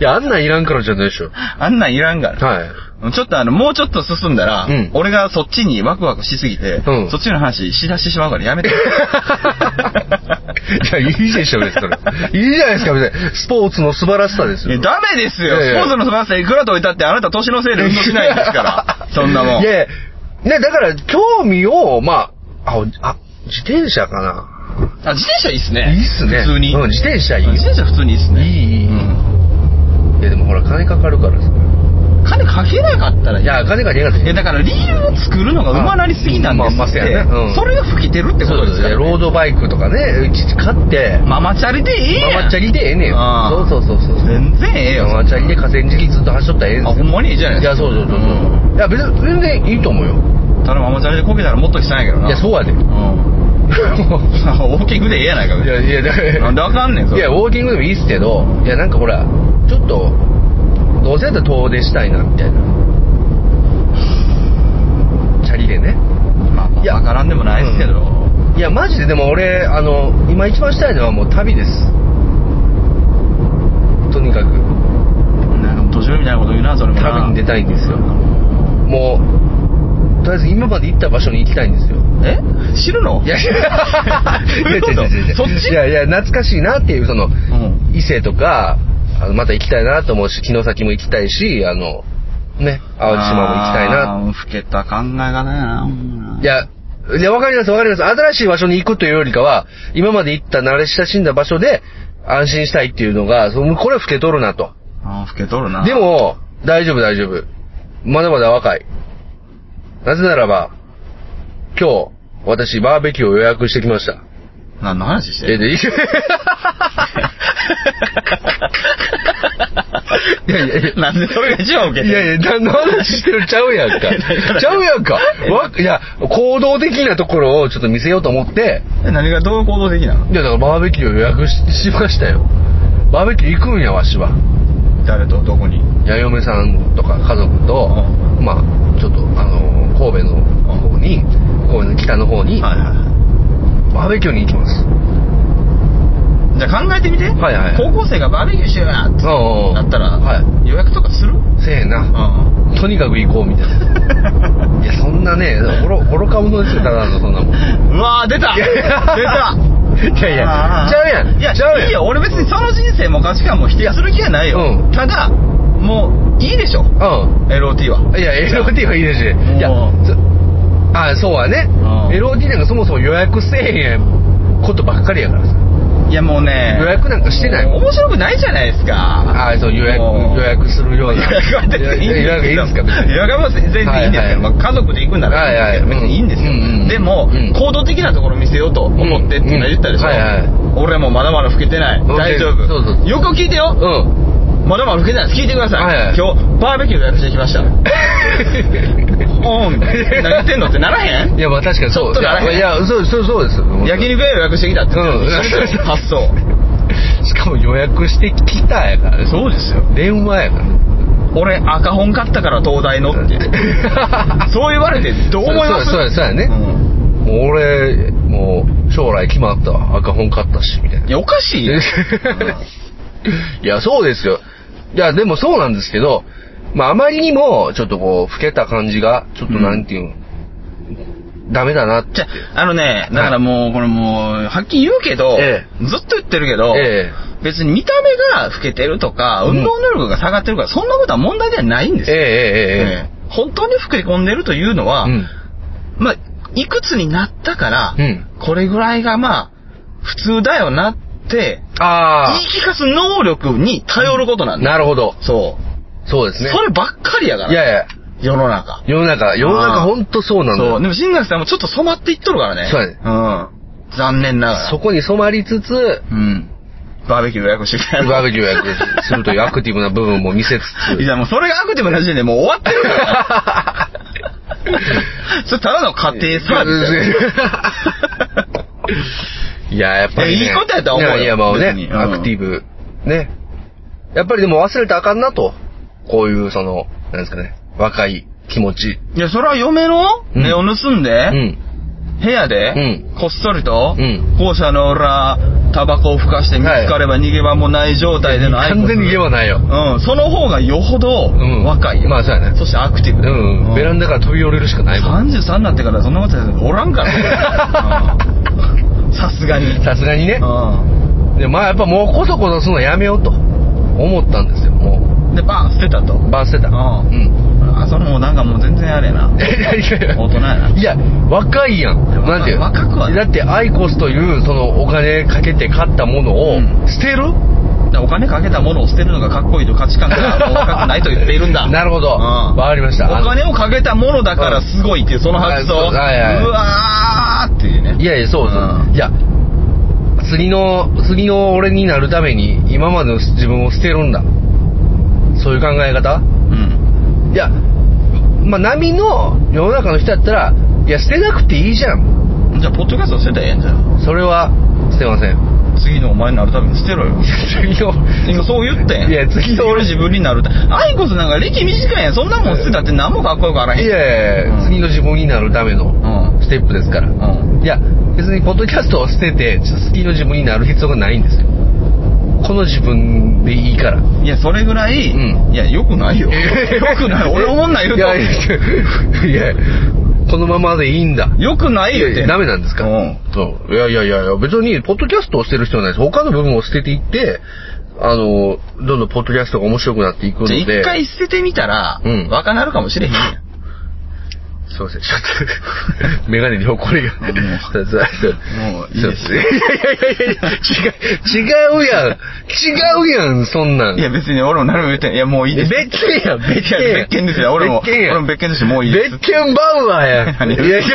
B: や、あんなんいらんからじゃないでしょ。
C: あんなんいらんから。
B: はい。
C: ちょっとあの、もうちょっと進んだら、
B: うん
C: 俺がそっちにワクワクしすぎて、
B: うん
C: そっちの話しだしてしまうからやめて。
B: いや、いいでしょ、別にそれ。いいじゃないですか、別に。スポーツの素晴らしさで す
C: いや
B: よ。
C: ダメです
B: い
C: よ
B: やいや
C: スポーツの素晴らしさいくらといたってあなた年のせいで運動しないんですから。そんなもん。
B: いやいやね、だから、興味を、まあ、あ、おあ自転車かな。
C: あ、自転車いいっすね。
B: いいっすね。
C: 普通に。
B: うん、自転車いい
C: 自
B: よ。
C: 転車普通にいいっすね。
B: いいいいいい
C: うん
B: いや、でもほら、金かかるからさ。
C: 金かけなかったらい
B: い
C: い。
B: や、金かけなかった
C: いや、だから理由を作るのが馬なりすぎなんです
B: まあまあ
C: っ
B: そ
C: て
B: うやねうん
C: それが吹き出るってことです
B: そう
C: か
B: そう
C: ら
B: そうロー
C: ね。
B: ドバイクとかね、うち買って、
C: ママチャリでいいやん。
B: ママチャリでええねんよ
C: ああ。
B: そうそうそうそう。
C: 全然ええよ。
B: ママチャリで河川敷ずっと走っとったらええん
C: あ、
B: す
C: ほ
B: よ
C: んまにいいじゃない
B: い
C: です
B: や、
C: か。
B: そうそうそうそう
C: うん。
B: いや、別に全然いいと思うよ。
C: ただママチャリでこけたらもっと悲惨やけどな。
B: いや、そうやで。い
C: うん。 ウォーキングでええやないか、別に
B: や、いや、だから
C: なんであかんねん、そ
B: い
C: れ。
B: や、ウォーキングでもいいっすけど、いや、なんかほら、ちょっと、どうせやったら遠出したいな、みたいな。チャリでね。
C: まあ、
B: いや
C: わからんでもないですけど。
B: いや、マジで、でも俺、あの、今一番したいのはもう旅です。とにかく、
C: なんかもう年寄りみたいなこと言うな、それもな。
B: 旅に出たいんですよ。もう、とりあえず今まで行った場所に行きたいんですよ。
C: え知るの
B: いや、いや、い
C: どういうこと
B: やいやいやいや
C: そっち
B: いやいや、懐かしいなっていう、その、
C: うん。
B: 伊勢とか、あのまた行きたいなと思うし、城崎も行きたいし、あの、ね、淡路島も行きたいな。
C: あー。老けた考え方やな、ほんまない
B: や、いや、わかりますわかります。新しい場所に行くというよりかは、今まで行った慣れ親しんだ場所で安心したいっていうのが、そのこれは老けとるなと。
C: あー老けとるな。
B: で、も、大丈夫大丈夫。まだまだ若い。なぜならば、今日、私、バーベキューを予約してきました。
C: 何の話して
B: え、
C: る
B: で、いや いやいや
C: なんでそれが一番ウケて
B: い
C: る
B: やいや、何の話してるちゃうやん か。ちゃうやんか。わ、いや、行動的なところをちょっと見せようと思って、
C: え何がどう行動できなの
B: いや、だからバーベキューを予約ししましたよ。バーベキュー行くんや、わしは。
C: 誰とどこに。
B: いや、嫁さんとか家族と、まあ、ちょっと、あの、神戸の方に、神戸の北の方に、
C: はいはいはい。
B: バーベキューに行きます。
C: じゃあ考えてみて。
B: はいはい
C: 高校生がバーベキューしようやって
B: うんうん
C: なったら、
B: は
C: 予約とかする
B: い。せえな。
C: ん。
B: とにかく行こう、みたいな。いや、そんなね、愚愚か者ですよ、ただの、そんなもん。
C: うわー 出た
B: いや
C: 出た
B: いやいや
C: あー
B: ちゃうやん
C: い
B: ちゃうやん
C: いいよ、俺別にその人生も価値観も否定する気はないよ
B: う。ん
C: ただ、もう、いいでしょ。
B: う
C: LOT は。
B: ん。いや、LOT はいいですし。いや
C: もう、
B: そあそうは
C: ん。
B: ね LOT なんかそもそも予約せえへんことばっかりやからさ。
C: いやもうね。
B: 予約なんかしてない
C: もう面白くないじゃないですか。
B: あそう、予約、
C: もう
B: 予約するよう
C: 予
B: な。
C: 約は別にいいんで
B: 予
C: す
B: 約
C: け
B: いい
C: ど
B: んですか別
C: 予
B: に
C: 約は全然いいんですけど、
B: はいはい
C: まあ家族で行くならいいんですけど、
B: はいはい
C: 別にいいんですよ。
B: うんうんうん
C: でも、
B: うん
C: 行動的なところを見せようと思ってっていうのは言ったでしょ。
B: うんうんはいはい
C: 俺もまだまだ老けてない。
B: うん
C: 大丈夫
B: そうそうそう
C: よく聞いてよ。
B: うん。
C: まだまだ老けてないです。聞いてください。
B: はいはい
C: 今日、バーベキュー予約してき ました。おーん、何言ってんのってならへん
B: いや、まあ確かにそう。
C: ちょっとならへん
B: いや、いやそう、そう、そうです。
C: 焼肉屋予約してきたって。
B: うん
C: 一緒発想。
B: しかも予約してきたやからね。
C: そうですよ。
B: 電話やからね。
C: 俺赤本買ったから東大の って。そう言われてどう思います
B: そうそうそうやね。
C: うん
B: もう俺、もう、将来い決まった赤本買ったしみたいない
C: や、おかし いやん。
B: いや、そうですよ。いや、でもそうなんですけど、まあ、あまりにも、ちょっとこう、老けた感じが、ちょっとなんていうの、ダメだなって。
C: じゃあ、あのね、だからもう、これもう、はっきり言うけど、
B: え
C: ずっと言ってるけど、
B: え
C: 別に見た目が老けてるとか、
B: うん
C: 運動能力が下がってるから、そんなことは問題ではないんで
B: え
C: すよ。
B: ええええええ
C: え
B: え
C: え本当に老け込んでるというのは、
B: うん
C: まあ、いくつになったから、
B: うん
C: これぐらいがまあ、普通だよなって、言
B: あ
C: い聞かす能力に頼ることな
B: あ、
C: んだ。
B: なるほど。
C: そ
B: そうで
C: う。
B: すね。
C: そればっかりやから、
B: いやいや、
C: 世の中。
B: 世の中、世の中
C: あー
B: ほんとそうなんだ
C: そう。
B: よ。
C: でも、新垣さんもちょっと染まっていっとるからね。
B: そうやね
C: うん。残念ながら。
B: そこに染まり つつ、
C: うん。バーベキュー予約してくれ
B: バーベキューをやるするというアクティブな部分も見せつ つ。
C: いや、もうそれがアクティブな時点でもう終わってる から。それただの家庭サービスやろ。
B: いや、やっぱり、ね。
C: いやいいことやとは思うよ
B: いいや、まあ
C: 別に
B: ね、
C: うん
B: アクティブ。ね。やっぱりでも忘れたらあかんなと。こういう、その、なんですかね、若い気持ち。
C: いや、それは嫁の
B: うん
C: 目を盗ん
B: う
C: で、
B: ん。
C: 部屋で
B: う、
C: こっそりと
B: うん、
C: 校舎の裏、タバコを吹かして見つかれば逃げ場もない状態での愛
B: 完全に言えば
C: ない。
B: ないよ。
C: うん、その方がよほど
B: ん
C: 若いよ。
B: まあそうやね
C: そしてアクティ
B: う
C: ブ。
B: ん。ベランダから飛び降りるしかないもん。
C: 33になってからそんなことやっておらんから。うんさすがに。
B: さすがにね。
C: う
B: で、まあやっぱもうこそこそするのやめようと思ったんですよ。も
C: ん。で、バーン捨てたと。
B: う、バー捨てた。
C: うん
B: うん。
C: あ、それもうなんかもう全然あれやな。
B: いやいやいや
C: 大人やない
B: や、若いやん。
C: や
B: なんていう
C: 若くはな
B: だ
C: い
B: って、アイコスという、その、お金かけて買ったもの
C: う
B: を
C: ん、
B: 捨てる、
C: だからお金かけたものを捨てるのがかっこいいと価値観がもう若くないと言っているん だ。
B: なるほど。
C: うん
B: わ、かりました。
C: お金をかけたものだからすごいっていう、その発想。
B: は
C: う
B: いはいはいう
C: わーっていうね。
B: いやいや、そうそう。
C: うん
B: いや、次の、次の俺になるために、今までの自分を捨てるんだ。そういう考え方
C: うん。
B: いや、まあ、波の世の中の人だったら、いや、捨てなくていいじゃん。
C: じゃあ、ポッドキャスト捨てたらええんじゃん。
B: それは、捨てません。
C: 次のお前になるために捨てろよ。
B: 次の、
C: 今そう言ってん。
B: いや次の
C: 俺自分になるたアイコスなんか歴短いやん。そんなもん捨てたって何もかっこよくあらへん。
B: いやいや、
C: うん
B: 次の自分になるための
C: うん。
B: ステップですから。
C: うん。
B: いや、別にポッドキャストを捨てて、ちょっと好きの自分になる必要がないんですよ。この自分でいいから。
C: いや、それぐらい、
B: うん
C: いや、良く ないよ。良くない。俺思んない言う
B: い
C: と。
B: やいや、いやいやこのままでいいんだ。
C: 良くないよっ
B: いや
C: て。
B: ダメなんですか
C: うん。
B: そう。いやいやいやいや、別に、ポッドキャストを捨てる必要はないです。他の部分を捨てていって、あの、どんどんポッドキャストが面白くなっていくの
C: じゃあ
B: で。
C: 一回捨ててみたら、
B: うん
C: 若なるかもしれへんやん。
B: すいません、ちょっと、メ ガネに誇りが。
C: もう
B: そうそうそう
C: もういいです
B: そういやいやいやいや、違う、違うやん。違うやん、そんなん。
C: いや、別に俺も何も言ってない。いや、もういいです。
B: 別件や、別件
C: いや別件ですよ俺も
B: 別件や。
C: 俺も別件ですしもういいです
B: 別件バウアーや。
C: 何
B: い
C: を
B: やいや。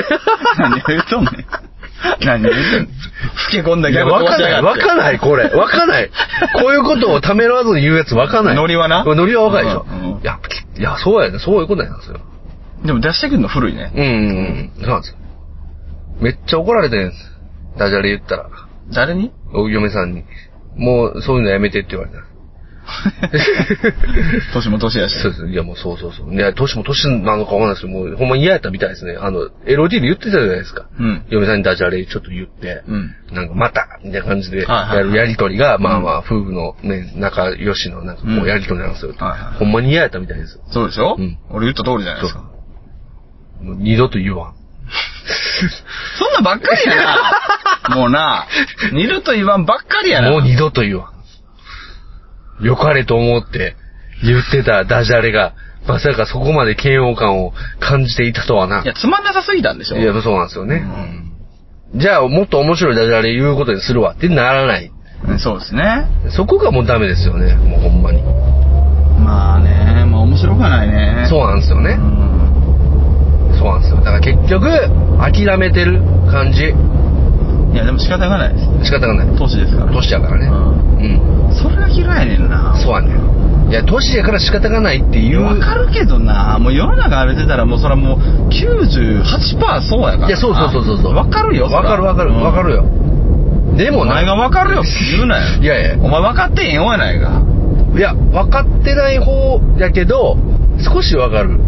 C: 何を言うとんねん。何を言うとんねん。吹け込んだ
B: い
C: け
B: や、わかんない、わかんない、これ。わかんない。こういうことをためらわずに言うやつわかんない。
C: ノリはな
B: ノリはわかんないでしょ
C: うんうん。
B: いや、きいや、そうやね。そういうことなんですよ。
C: い。でも出してくるの古いね。
B: うんうんうん。そうなんですよ。めっちゃ怒られてるんです。ダジャレ言ったら。
C: 誰 に
B: お嫁さんに。もう、そういうのやめてって言われた。
C: 年も年やし。
B: そうです。いや、もうそうそうそう。いや、年も年なのかわかんないですけど、もうほんま嫌やったみたいですね。あの、LOD で言ってたじゃないですか。
C: うん
B: 嫁さんにダジャレちょっと言って、
C: うん
B: なんかまたみたいな感じで
C: はいはいはい
B: やるやりとりが、まあまあ、夫婦のね、仲良しのなんかこ
C: うん
B: うやりとりなんですよ。
C: はいはい
B: ほんまに嫌やったみたいです。
C: そうでしょ
B: うん
C: 俺言った通りじゃないですか。
B: もう二度と言わん。
C: そんなんばっかりやな。 もうな、二度と言わんばっかりやな。
B: もう二度と言わん。良かれと思って言ってたダジャレが、まさかそこまで嫌悪感を感じていたとはな。
C: いや、つまんなさすぎたんでしょ
B: いや、そうなんですよね。じゃあ、もっと面白いダジャレ言うことにするわってならない。
C: うんそうですね。
B: そこがもうダメですよね。もうほんまに。
C: まあね、まあ面白くはないね。
B: そうなんですよね。そうなんですよ。だから結局、諦めてる感じ。
C: うんいや、でも仕方がないです。
B: 仕方がない。
C: 年ですから。
B: 年やからね。
C: う
B: うん。
C: ん。それが嫌いやねんな。
B: そうやね。いや、年やから仕方がないっていう。
C: わかるけどな、もう世の中歩いてたらもうそれはもう98%そうやからな。
B: いや、そうそうそうそうそう。
C: わかるよ。
B: わかるわかる。わかる
C: よ。
B: よ。でも
C: お前が
B: な、
C: わかるよって言うなよ。
B: いやいや
C: お前分かってへんよやないか。
B: いや、分かってない方やけど、少しわかる。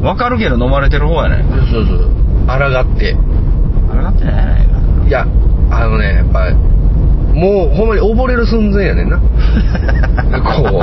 C: わかるけど飲まれてる方やないか。
B: そうそう。抗って。
C: 分かってないやないか。
B: いやあのねやっぱりもうほんまに溺れる寸前やねんなこ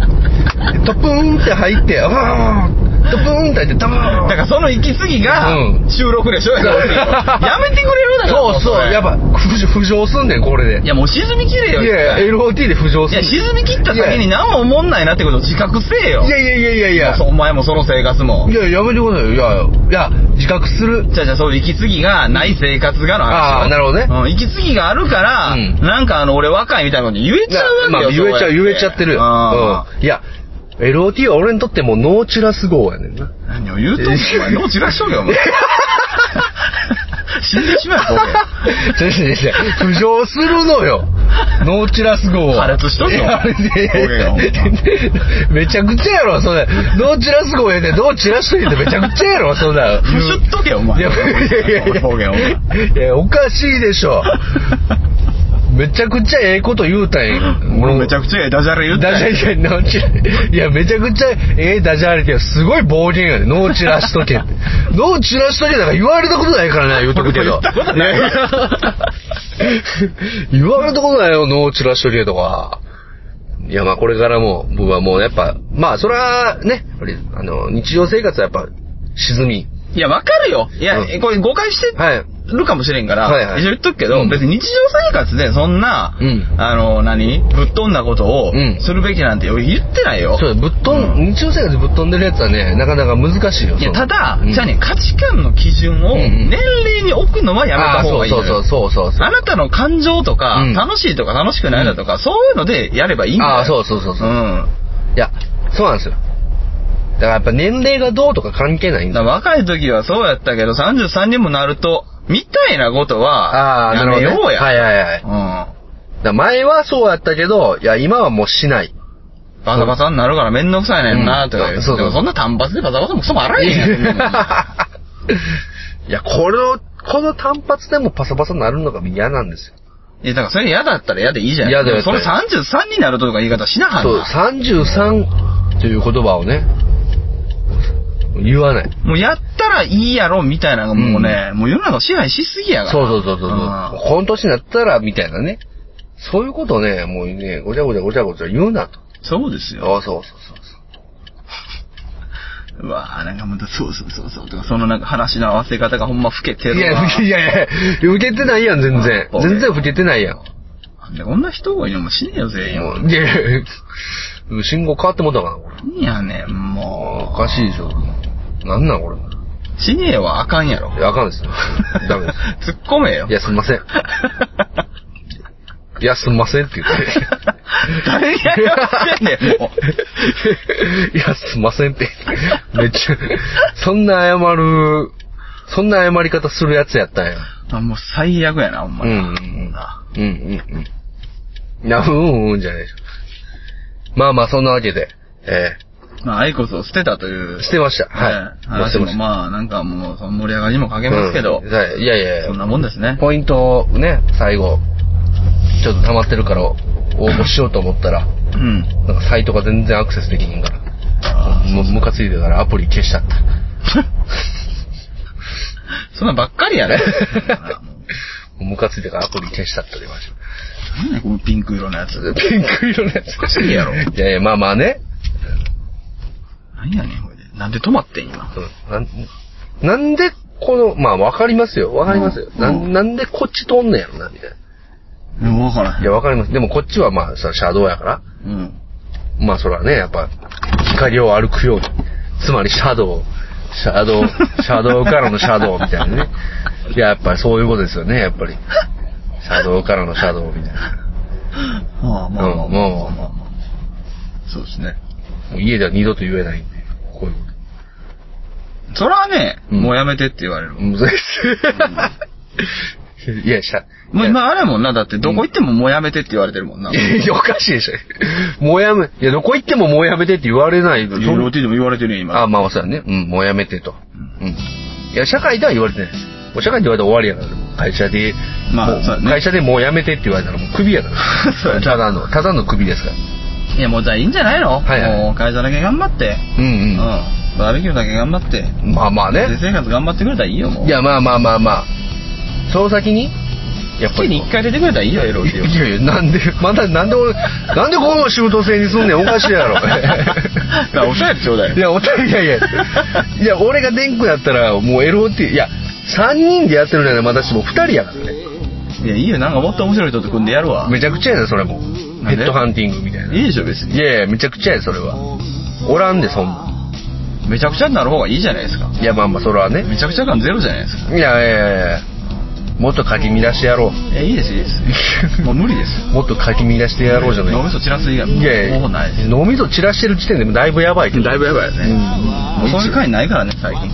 B: うトプーンって入ってああトプーンって入ってトプー ン
C: だからその行き過ぎが
B: うん
C: 収録でしょ、やからやめてくれるだろ
B: そうそうやっぱ浮上浮上すんねんこれで
C: いやもう沈みきれよ
B: い
C: 一
B: や
C: 回
B: いや LOT で浮上
C: い
B: すん
C: や
B: ねん
C: 沈み切った先に何もおもんないなってことを自覚せえよ
B: いやいやいやいやいや
C: そお前もその生活も
B: いややめてくださいよいやいや自覚する
C: じゃあじゃあそう行き過ぎがない生活がの話よ
B: あーなるほどね
C: うん、行き過ぎがあるから、
B: うん
C: なんかあの俺若いみたいなこと言えちゃうわ
B: まあ
C: けよ
B: 言えちゃう言えちゃってる
C: あ
B: うんいや LOT は俺にとってもうノーチュラス号や ねんな
C: 何を言うとんねんお前脳散らしとけよお 前死んでしまえボケ
B: 先生先生浮上するのよノーチラス号は
C: 破裂しとるよ
B: いや
C: お前
B: めちゃくちゃやろそれノーチラス号やねんノーチラしといてめちゃくちゃやろそんな
C: むしゅっとけよお前
B: いやいやいやいや
C: 暴言お前
B: いやおかしいでしょめちゃくちゃええこと言うたんや
C: 俺めちゃくちゃええダジャレ言った
B: ダジャ
C: よ
B: レいやノーチラいやめちゃくちゃええダジャレってすごい暴言やねノーチラしと けってノーチラしとけなんか言われたことないからな言うとくけどいやいや言われたことないよノーチラしとけとかいやまあこれからも僕はもうやっぱまあそれはねやっぱりあの日常生活はやっぱ沈み
C: いやわかるよいや、
B: うん
C: これ誤解して
B: はい
C: るかもしれんから、
B: はいはい
C: 一応言っとくけど、
B: うん
C: 別に日常生活でそんな、
B: うん
C: あの何ぶっ飛んだことを
B: うん
C: するべきなんて俺言ってないよ、
B: そうぶっ飛ん、日常生活ぶっ飛んでるやつはねなかなか難しいよ
C: いやただ、
B: うん
C: じゃあね価値観の基準を
B: うんうん
C: 年齢に置くのはやめた方がいいのよ、
B: あーそうそうそうそうそうそう
C: あなたの感情とか、
B: うん
C: 楽しいとか楽しくないだとか、そういうのでやればいいんだよ
B: ああそうそうそうそう、
C: ん
B: いやそうなんですよだからやっぱ年齢がどうとか関係ないん
C: だ
B: だ
C: から若い時はそうやったけど33にもなるとみたいなこと
B: あ
C: は
B: あ
C: やめ
B: ね
C: ようや、
B: はいはいはい
C: う
B: だか
C: ん
B: ら前はそうやったけどいや今はもうしない
C: バサバサになるからめんどくさいねんな、とか言
B: うん
C: そ
B: そうそう
C: そんな単発でバサバサもクソもあらへんやん。
B: いやこれをこの単発でもパサパサになるのが嫌なんですよ
C: いや、だからそれ嫌だったら嫌でいいじゃん。
B: 嫌だよ
C: それ33になるとか言い方しなはん
B: そう
C: な。
B: 33という言葉をね言わない
C: もうやったらいいやろ、みたいなのがもうね、もう世の中支配しすぎやから。
B: そうそうそうそうそう。
C: ん
B: この年になったら、みたいなね。そういうことをね、もうね、ごちゃごちゃごちゃごちゃ言うなと。
C: そうですよ。
B: あそうそうそうそう
C: わぁ、なんかまた、そうそうそうそう。とか、そのなんか話の合わせ方がほんま老けて
B: う。
C: る
B: いや、
C: わ。
B: いやいや、受けてないやん、全然
C: あ。
B: 全然受けてないやん。も
C: なんでこんな人多いのもう死ねよ、全員。も
B: う、いやいや、信号変わってもうたかな、これ。
C: いやねん、も
B: おかしいでしょ。なんなん、これ。
C: う。死ねよはあかんやろ
B: い。やあかんですよ。ダメで
C: 突っ込めよ
B: す。い。や、すんません。いや、すんませんって言って。
C: 誰に謝ってんねん、もう。
B: いや、すんませんって。めっちゃ、そんな謝る、そんな謝り方するやつやったんや。
C: あもう最悪やな、お
B: うん
C: 前。
B: うんうん。うんうんうん。な、うんうんうんじゃないでしょ。まあまあ、そんなわけで、え
C: まあ、アイコスを捨てたという。
B: ー、捨てました。は
C: ね
B: い。
C: 話もまあ、なんかもう、その盛り上がりにもかけますけど
B: うん、はいいやいやい
C: そん
B: や、
C: なもんですね。
B: ポイントをね、最後、ちょっと溜まってるから、応募しようと思ったら、
C: うん。
B: なんかサイトが全然アクセスできひんから。
C: あ
B: もうムカついてたからアプリ消しちゃった。
C: ーそんなんばっかり やね。
B: もうムカついてからアプリ消したって言われました。
C: なんだよこのピンク色のやつ。
B: ピンク色のやつ。
C: おかしいやろ
B: いやいや、まあまあね。
C: 何やねん、これで。なんで止まってん、今。
B: うんなんなんで、この、まあわかりますよ。わかりますよ。
C: うん
B: な
C: うん
B: んなんでこっち通んねやろな、みたいな。
C: うん、わから
B: い
C: へん。
B: や、わかります。でもこっちはまあ、さ、車道やから。
C: うん。
B: まあそらね、やっぱ、光を歩くように。つまり、シャドウ。シャ ドウ、シャドウからのシャドウみたいなね。いや、やっぱりそういうことですよね、やっぱり。シャドウからのシャドウみたいな。
C: まあまあまあまあま
B: うんも
C: あまあ
B: う
C: まあ。そうですね。
B: もう家では二度と言えないんで、こういうこと。
C: それはね、
B: うん
C: もうやめてって言われる。
B: むずいです。いや、した。
C: もう
B: いや
C: 今あれやもんな、だってどこ行ってももうやめてって言われてるもんな。
B: いや、おかしいでしょ。もうやめ、いや、どこ行ってももうやめてって言われないの。
C: 色々でも言われてるよ、今。
B: あ、まあ、そうやね。うん、もうやめてと。うん。いや、社会では言われてないです。もう社会で言われたら終わりやから、もう会社で、
C: まあ
B: もう
C: そうやね
B: 会社でもうやめてって言われたらもうクビやか
C: そうや
B: ら。
C: ね
B: ただの、ただのクビですから。
C: いや、もうじゃあいいんじゃないの
B: はいはい
C: もう会社だけ頑張って。
B: うん
C: うん。バーベキューだけ頑張って。
B: うん。まあまあね
C: で。生活頑張ってくれたらいいよ、もう。
B: い、や、まあまあまあまあ。その先に、やっぱ
C: 月
B: り
C: に1回出てくれたらいいよエロ
B: い
C: ティ
B: や
C: オ
B: いやなんでまだなんで俺なんでこの仕事制にすんねんおかしいや ろ
C: だからおしゃれちょうだい
B: いやおたいやいやいや俺がデンクやったらもう LOT いや3人でやってるならまだしも2人やからね
C: いやいいよなんかもっと面白い人と組んでやるわ
B: めちゃくちゃやねそれも
C: なん
B: ヘ
C: で
B: ッドハンティングみたいない
C: いでしょ別に
B: やいやめちゃくちゃやそれはおらんでそんな
C: めちゃくちゃになる方がいいじゃないですか
B: んいやまあまあそれはね
C: めちゃくちゃ感ゼロじゃないですか
B: いやいやいやもっとかき乱してやろう
C: えいいですいい です もう無理です
B: もっとかき乱してやろうじゃない
C: 脳みそ散らす以外
B: いやい
C: も
B: や
C: うないです
B: 脳みそ散らしてる時点でもだいぶやばいけど
C: だいぶやばいよね、もうそういう回ないからね最近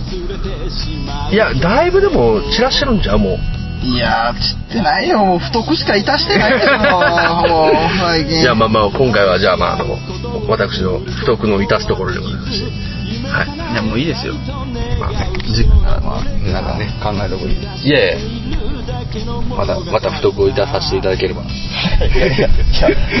B: いやだいぶでも散らしてるんちゃうもう
C: いやー散ってないよもう太くしかいたしてない
B: よもう
C: 最
B: じゃあまあまあ今回はじゃあまああの私の不徳の致すところでございましてはい
C: いやもういいですよ
B: まあね
C: じまあなんかね考えた方がいい
B: いやいやまたまた不徳を致させていただければ
C: いや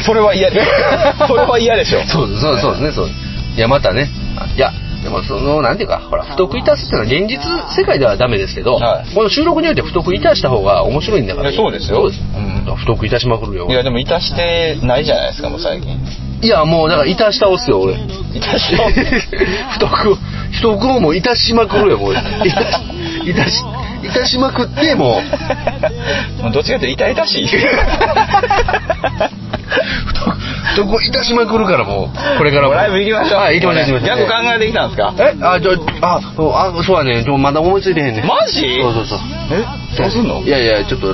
C: それは嫌で それは嫌でしょ
B: そうそうそうですねそうですいやまたねあいやでもそのなんていうかほら不徳致すっていうのは現実世界ではダメですけど、
C: はい
B: この収録において不徳致した方が面白いんだから
C: いやそうですよ
B: そうです、
C: うん
B: 不徳致しまくるよ
C: いやでもいたしてないじゃないですかもう最近
B: いやもうだから致したおすよ 俺
C: いたして
B: 不徳を不徳をもういたしまくるよもういたしいたしいたしまくってもう
C: もうどっちかっていうと痛々しい
B: 不徳をいたしまくるからもうこれからも
C: ライブ行きましょう
B: はい行きましょう行きましょう
C: ギャグ考えてきたんですか
B: えあじゃああそうあそうやねちょまだ思いついてへんねん
C: マジ
B: そうそうそう
C: えどうすんの
B: いやいやちょっとが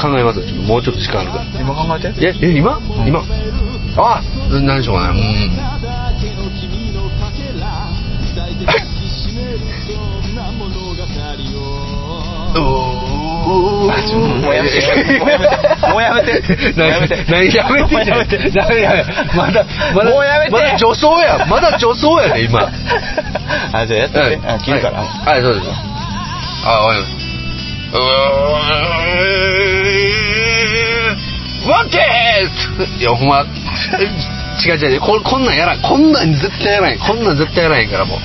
B: 考えますよちょっともうちょっと時間あるから
C: 今考えて
B: ええ今今あ何でしょうかね
C: もうやめて
B: うんおー
C: もうやめてもうやめて
B: 何
C: もうやめて
B: 何やめ
C: も
B: て
C: うやめて
B: ダメダメまだまだ
C: もうやめて
B: まだ女装やまだ女装やで今
C: あじゃあやって
B: はい
C: て、あ切るから、
B: はい、はいそうですよあわかりますうーワンケースいやほんま違う違う違うここんなんやらんこんなん絶対やらへんこんなん絶対やらへんからもう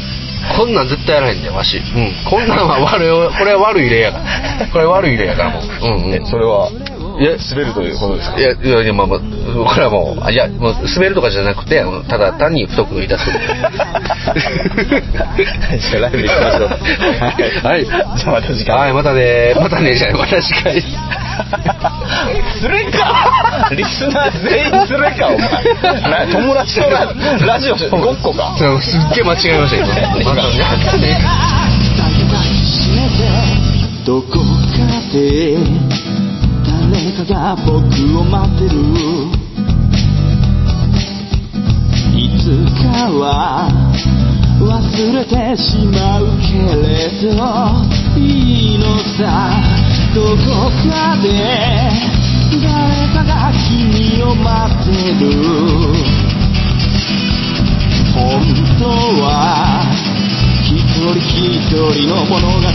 B: こんなん絶対やらへんねんわし、うん、こんなんは悪いこれは悪い例やからこれは悪い例やからもううんうん
C: えそれはい
B: や
C: 滑るということですか
B: いやいやいやまあまあこれはもうあいやもう滑るとかじゃなくてあのただ単に不得意だと
C: じゃあライブ行きましょう
B: はい、はい、
C: じゃあまた次回
B: はいまたねまたねじゃないまた次回
C: すれかリスナー全員すれかお前な友達とララジオしごっこか
B: そうすっげえ間違えました今またね
F: どこかで誰かが僕を待ってるいつかは忘れてしまうけれどいいのさどこかで誰かが君を待ってる本当は一人一人の物語さ